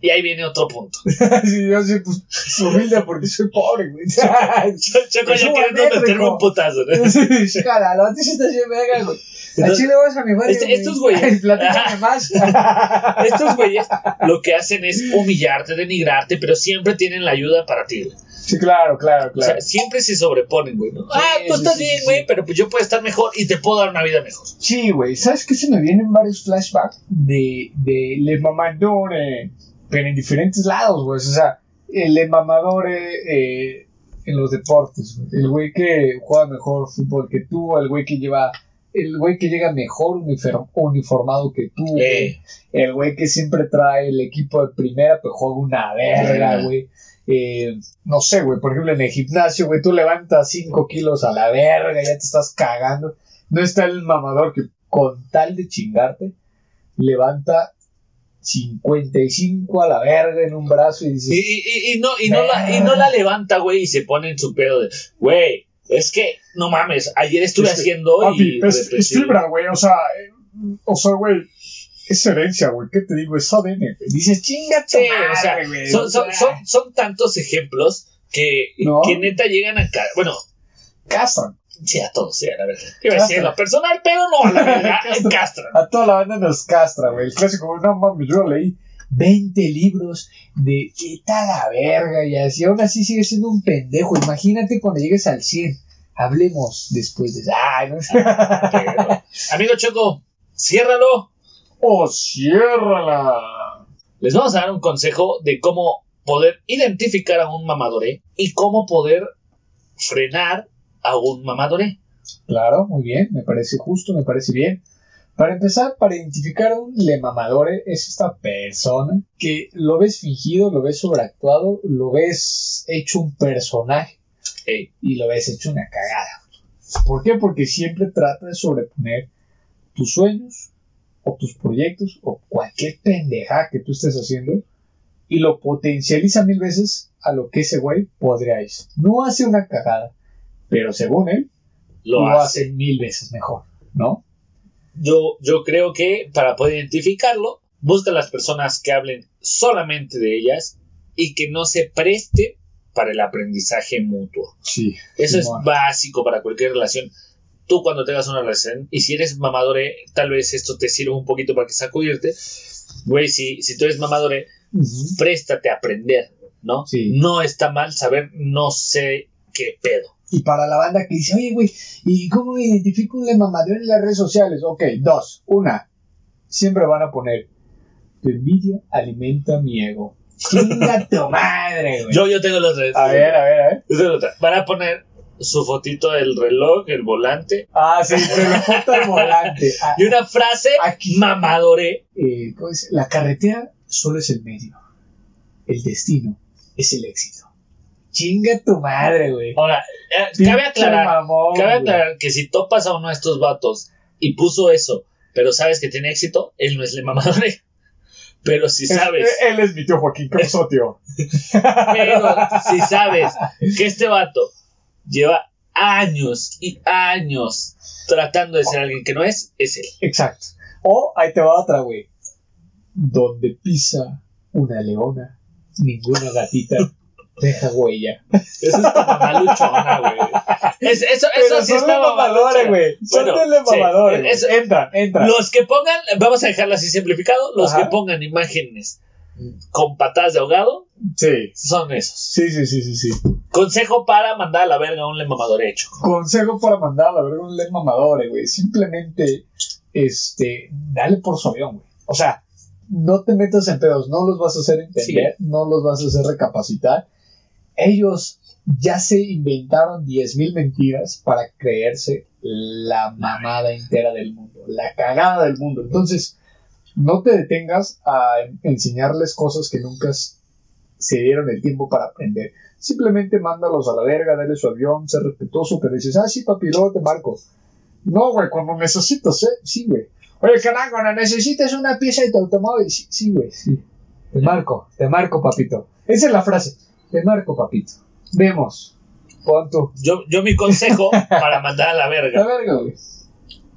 Speaker 1: Y ahí viene otro punto.
Speaker 4: Sí, yo soy pues, humilde porque soy pobre, güey.
Speaker 1: Choco,
Speaker 4: Eso
Speaker 1: ya
Speaker 4: va
Speaker 1: queriendo
Speaker 4: bien,
Speaker 1: meterme
Speaker 4: rico.
Speaker 1: un putazo, ¿no?
Speaker 4: Cara, la noticia está bien verga, güey. A
Speaker 1: Entonces-
Speaker 4: Chile vas a mi barrio,
Speaker 1: Este- estos güeyes-
Speaker 4: Ay, Platícame más.
Speaker 1: Estos güeyes lo que hacen es humillarte, denigrarte, pero siempre tienen la ayuda para ti, güey.
Speaker 4: Sí, claro, claro,
Speaker 1: O sea, siempre se sobreponen, güey. ¿no? ah, tú
Speaker 4: sí,
Speaker 1: estás
Speaker 4: sí,
Speaker 1: bien,
Speaker 4: sí,
Speaker 1: güey,
Speaker 4: sí.
Speaker 1: pero pues yo puedo estar mejor y te puedo dar una vida mejor.
Speaker 4: Sí, güey. ¿Sabes qué? Se me vienen varios flashbacks de, de Le Mamadore, pero en diferentes lados, güey. O sea, el Le eh, Mamadore eh, en los deportes, güey. El güey que juega mejor fútbol que tú, el güey que lleva el güey que llega mejor unifer- uniformado que tú, güey.
Speaker 1: Eh,
Speaker 4: El güey que siempre trae el equipo de primera, pues juega una verga,
Speaker 1: Ajá.
Speaker 4: güey. Eh, no sé, güey, por ejemplo, en el gimnasio, güey, tú levantas 5 kilos a la verga, ya te estás cagando. No está el mamador que con tal de chingarte, levanta 55 a la verga en un brazo y
Speaker 1: y,
Speaker 4: dices,
Speaker 1: y- y- y no, y, no la, y no la levanta, güey, y se pone en su pedo de, güey, es que, no mames, ayer estuve
Speaker 2: Es que,
Speaker 1: haciendo y...
Speaker 2: Papi, es, es
Speaker 1: represivo".
Speaker 2: fibra, güey. O sea, eh, o sea, güey. Es herencia, güey. ¿Qué te digo? Es ADN, güey.
Speaker 4: dices, chingate,
Speaker 1: Sí, o sea, son, son, son, son tantos ejemplos que,
Speaker 4: No.
Speaker 1: que neta llegan a... ca- Bueno,
Speaker 4: casan.
Speaker 1: sí, a todos, sí, a la verdad. Iba a decir en lo personal, pero no, a la verdad, en Castro.
Speaker 4: A toda la banda nos castra, güey. El clásico, güey, no mames, yo leí 20 libros de qué tal la verga y así. Aún así sigues siendo un pendejo. Imagínate cuando llegues al 100. Hablemos después de. Ay, no sé.
Speaker 1: Amigo Choco, ciérralo.
Speaker 2: ¡Oh, ciérrala!
Speaker 1: Les vamos a dar un consejo de cómo poder identificar a un mamadoré y cómo poder frenar a un mamadoré.
Speaker 4: Claro, muy bien. Me parece justo, me parece bien. Para empezar, para identificar a un lemamadore es esta persona que lo ves fingido, lo ves sobreactuado, lo ves hecho un personaje.
Speaker 1: Ey,
Speaker 4: y lo ves hecho una cagada. ¿Por qué? Porque siempre trata de sobreponer tus sueños o tus proyectos o cualquier pendeja que tú estés haciendo y lo potencializa mil veces a lo que ese güey podría hacer. No hace una cagada, pero según él,
Speaker 1: lo
Speaker 4: lo
Speaker 1: hace.
Speaker 4: hace mil veces mejor, ¿no?
Speaker 1: Yo, yo creo que para poder identificarlo, busca las personas que hablen solamente de ellas y que no se presten para el aprendizaje mutuo.
Speaker 4: Sí.
Speaker 1: Eso es
Speaker 4: Simón.
Speaker 1: básico para cualquier relación. Tú cuando tengas una relación, y si eres mamadore, tal vez esto te sirva un poquito para que sacudirte. Güey, si, si tú eres mamadore,
Speaker 4: Ujú.
Speaker 1: préstate a aprender, ¿no?
Speaker 4: Sí.
Speaker 1: No está mal saber no sé qué pedo.
Speaker 4: Y para la banda que dice, oye, güey, ¿y cómo me identifico un lemamador en las redes sociales? Ok, dos, una. Siempre van a poner, tu envidia alimenta mi ego. Chinga tu madre, güey.
Speaker 1: Yo, yo tengo los redes.
Speaker 4: A ver, a ver, a ver.
Speaker 1: Yo tengo los redes. Van a poner su fotito del reloj, el volante,
Speaker 4: Ah, sí, te lo junta el volante. Ah,
Speaker 1: y una frase
Speaker 4: Aquí.
Speaker 1: mamadore.
Speaker 4: eh, ¿cómo es? La carretera solo es el medio. El destino es el éxito. Chinga tu madre, güey.
Speaker 1: Ahora, eh, cabe aclarar,
Speaker 4: Mamón,
Speaker 1: Cabe
Speaker 4: güey.
Speaker 1: aclarar que si topas a uno de estos vatos y puso eso, pero sabes que tiene éxito, él no es el mamadore. Pero si
Speaker 2: Es-
Speaker 1: sabes,
Speaker 2: Él es mi tío Joaquín. ¿Qué pasó, tío?
Speaker 1: pero si sabes que este vato lleva años y años tratando de ser alguien que no es, es él.
Speaker 4: Exacto. O ahí te va otra, güey. Donde pisa una leona, ninguna gatita deja huella.
Speaker 1: Eso es tu mamaluchona, güey. Es- eso eso sí está mamaluchona.
Speaker 4: güey. Son
Speaker 1: Bueno,
Speaker 4: de
Speaker 1: sí,
Speaker 4: mamadores. güey.
Speaker 1: eso-
Speaker 4: Entran, entran.
Speaker 1: Los que pongan, vamos a dejarlo así simplificado, los
Speaker 4: Ajá.
Speaker 1: que pongan imágenes con patadas de ahogado
Speaker 2: Sí.
Speaker 1: son esos.
Speaker 4: Sí, sí, sí, sí, sí.
Speaker 1: Consejo para mandar a la verga a un lemamador hecho.
Speaker 4: Consejo para mandar a la verga un E lema mamadores, eh, güey. Simplemente, este, dale por su avión, güey. O sea, no te metas en pedos, no los vas a hacer entender, no los vas a hacer recapacitar. Ellos ya se inventaron 10.000 mentiras para creerse la mamada entera del mundo, la cagada del mundo. Entonces, no te detengas a enseñarles cosas que nunca s- se dieron el tiempo para aprender. Simplemente mándalos a la verga, dale su avión, sé respetuoso, pero dices, ah, sí, papi, luego te marco. No, güey, cuando necesitas, ¿eh? Sí, güey. Oye, canal, cuando necesitas una pieza de tu automóvil, sí, sí, güey, sí. Te marco, te marco, papito. Esa es la frase. Te marco, papito. Vemos. Pon tu.
Speaker 1: Yo, yo mi consejo para mandar a la
Speaker 4: La
Speaker 1: verga,
Speaker 4: verga, güey.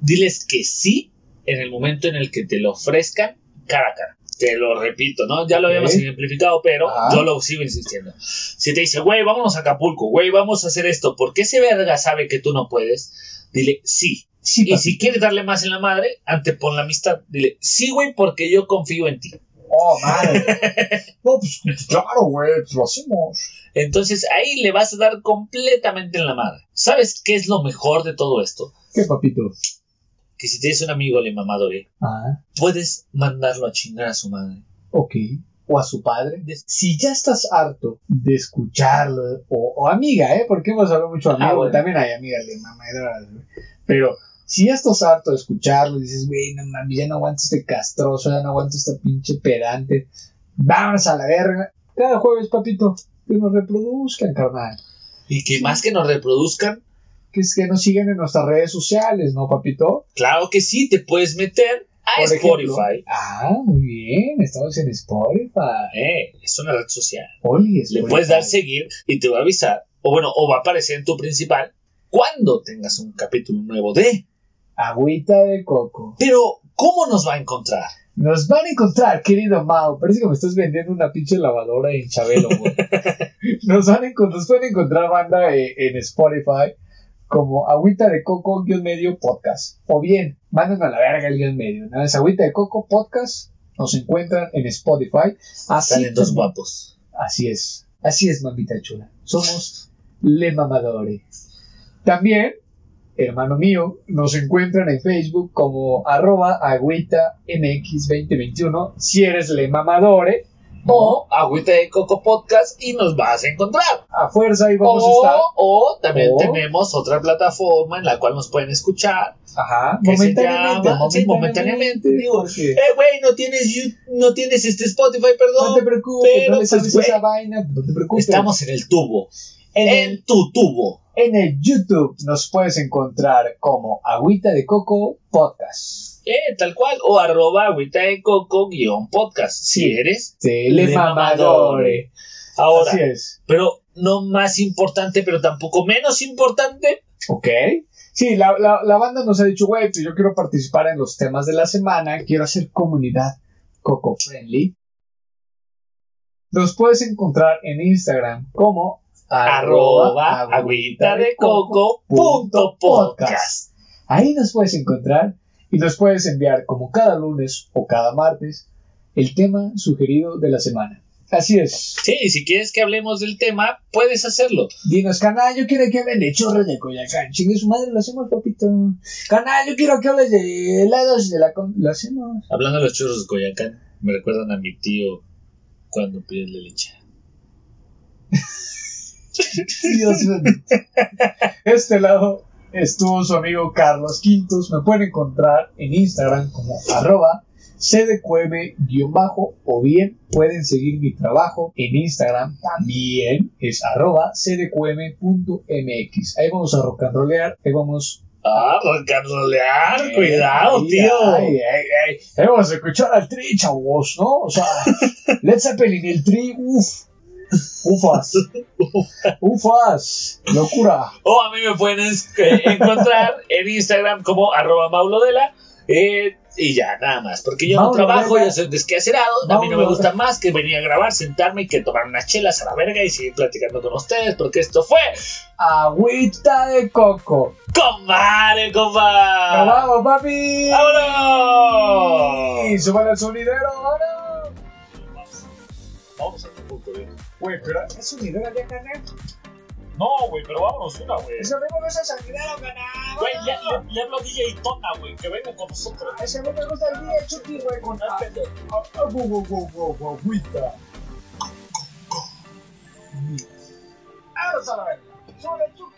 Speaker 1: diles que sí en el momento en el que te lo ofrezcan cara a cara. Te lo repito, ¿no? Ya lo habíamos
Speaker 4: Ok.
Speaker 1: ejemplificado, pero
Speaker 4: Ajá.
Speaker 1: yo lo sigo insistiendo. Si te dice, güey, vámonos a Acapulco, güey, vamos a hacer esto, porque ese verga sabe que tú no puedes, dile sí.
Speaker 4: Sí,
Speaker 1: Y
Speaker 4: papi.
Speaker 1: si quieres darle más en la madre, antepon la amistad. Dile, sí, güey, porque yo confío en ti.
Speaker 4: Oh, madre. no, pues claro, güey, pues lo hacemos.
Speaker 1: Entonces ahí le vas a dar completamente en la madre. ¿Sabes qué es lo mejor de todo esto?
Speaker 4: ¿Qué, papito?
Speaker 1: Que si tienes un amigo le mamadore,
Speaker 4: Ah,
Speaker 1: puedes mandarlo a chingar a su madre.
Speaker 4: ok. O a su padre. Si ya estás harto de escucharlo, o, o amiga, ¿eh? Porque hemos hablado mucho de
Speaker 1: Ah,
Speaker 4: amigo,
Speaker 1: bueno.
Speaker 4: también hay amigas de mamaderas, güey. Pero si ya estás harto de escucharlo y dices, güey, no mames, ya no aguanto este castroso, ya no aguanto este pinche pedante, vámonos a la verga. Cada jueves, papito, que nos reproduzcan, carnal.
Speaker 1: Y que más que nos reproduzcan,
Speaker 4: Que es que nos sigan en nuestras redes sociales, ¿no, papito?
Speaker 1: claro que sí, te puedes meter a
Speaker 4: Por ejemplo.
Speaker 1: Spotify.
Speaker 4: Ah, muy bien, estamos en Spotify.
Speaker 1: Eh, es una red social.
Speaker 4: Oli,
Speaker 1: Le
Speaker 4: Spotify.
Speaker 1: puedes dar seguir y te va a avisar, o bueno, o va a aparecer en tu principal cuando tengas un capítulo nuevo de.
Speaker 4: Agüita de coco.
Speaker 1: Pero, ¿cómo nos va a encontrar?
Speaker 4: Nos van a encontrar, querido Mao. Parece que me estás vendiendo una pinche lavadora en Chabelo, güey. nos, van a encon- nos pueden encontrar, banda, eh, en Spotify como Agüita de Coco guión medio podcast. O bien, mándanos a la verga el guión medio. ¿no? Es Agüita de Coco podcast. Nos encuentran en Spotify. Así,
Speaker 1: Salen dos
Speaker 4: tam-
Speaker 1: guapos.
Speaker 4: Así es. Así es, mamita chula. Somos Le Mamadores. También, hermano mío, nos encuentran en Facebook como arroba agüita mx2021 si eres Le Mamadore.
Speaker 1: O Agüita de Coco Podcast y nos vas a encontrar.
Speaker 4: A fuerza y vamos
Speaker 1: O,
Speaker 4: a estar.
Speaker 1: o también
Speaker 4: O-
Speaker 1: tenemos otra plataforma en la cual nos pueden escuchar.
Speaker 4: Ajá,
Speaker 1: que se
Speaker 4: momentáneamente.
Speaker 1: llama- sí, momentáneamente, digo,
Speaker 4: porque-
Speaker 1: Eh, güey, no tienes, You- no tienes este Spotify,
Speaker 4: no te
Speaker 1: perdón.
Speaker 4: preocupes,
Speaker 1: pero,
Speaker 4: no le sabes
Speaker 1: pues, güey,
Speaker 4: esa vaina, no te preocupes.
Speaker 1: Estamos en el tubo.
Speaker 4: en el
Speaker 1: En tu tubo.
Speaker 4: En el YouTube nos puedes encontrar como Agüita de Coco Podcast.
Speaker 1: Eh, tal cual. O arroba agüita de coco guión podcast. Si eres.
Speaker 4: Tele Mamadore.
Speaker 1: Ahora,
Speaker 4: Así es.
Speaker 1: pero no más importante, pero tampoco menos importante.
Speaker 4: Ok. Sí, la, la, la banda nos ha dicho, güey, pues yo quiero participar en los temas de la semana, quiero hacer comunidad Coco Friendly. Nos puedes encontrar en Instagram como
Speaker 1: Arroba agüita de coco punto podcast.
Speaker 4: Ahí nos puedes encontrar y nos puedes enviar como cada lunes o cada martes el tema sugerido de la semana. Así es.
Speaker 1: Sí, y si quieres que hablemos del tema, puedes hacerlo.
Speaker 4: Dinos, canal, yo quiero que hablen de chorros de Coyacán. Chingue su madre, lo hacemos, papito. Canal, yo quiero que hables de helados de la... con- Lo hacemos.
Speaker 1: Hablando de los churros de Coyacán, me recuerdan a mi tío cuando pide la leche.
Speaker 4: Dios mío. Este lado estuvo su amigo Carlos Quintos. Me pueden encontrar en Instagram como arroba cdqm-bajo o bien pueden seguir mi trabajo en Instagram también es arroba cdqm.mx ahí vamos a rock and rollear ahí vamos
Speaker 1: Ah, rocanrolear, cuidado,
Speaker 4: Ay,
Speaker 1: tío.
Speaker 4: ay, ay, ay. Ahí vamos a escuchar al tri chavos ¿no? o sea Led Zeppelin y el tri uff ufas ufas locura
Speaker 1: O a mí me pueden es- eh, encontrar en Instagram como arroba maulodela. eh, y ya, nada más. Porque yo
Speaker 4: Mauro
Speaker 1: no trabajo,
Speaker 4: Dela.
Speaker 1: yo soy desquacerado. A mí no me
Speaker 4: Mauro
Speaker 1: gusta más que venir a grabar, sentarme y que tomar unas chelas a la verga y seguir platicando con ustedes. Porque esto fue
Speaker 4: Agüita de coco.
Speaker 1: Comare,
Speaker 4: ¡Nos
Speaker 1: compa.
Speaker 4: vamos, papi!
Speaker 1: ¡Vámonos!
Speaker 4: ¡Suban al sonidero! ¡Vámonos!
Speaker 1: Vamos a otro punto, güey.
Speaker 4: Güey, pero es sonidero ya gané.
Speaker 1: No, güey, pero vámonos una, güey.
Speaker 4: Eso no me gusta el sonidero, ganado.
Speaker 1: Güey, ya, ya, ya hablo DJ Tona, güey, que venga con nosotros.
Speaker 4: Es que no me gusta el día de Chucky, güey, con
Speaker 1: Ah,
Speaker 4: la
Speaker 1: pendejo.
Speaker 4: agüita. ¡Ahora, Sara! ¡Sube el Chucky!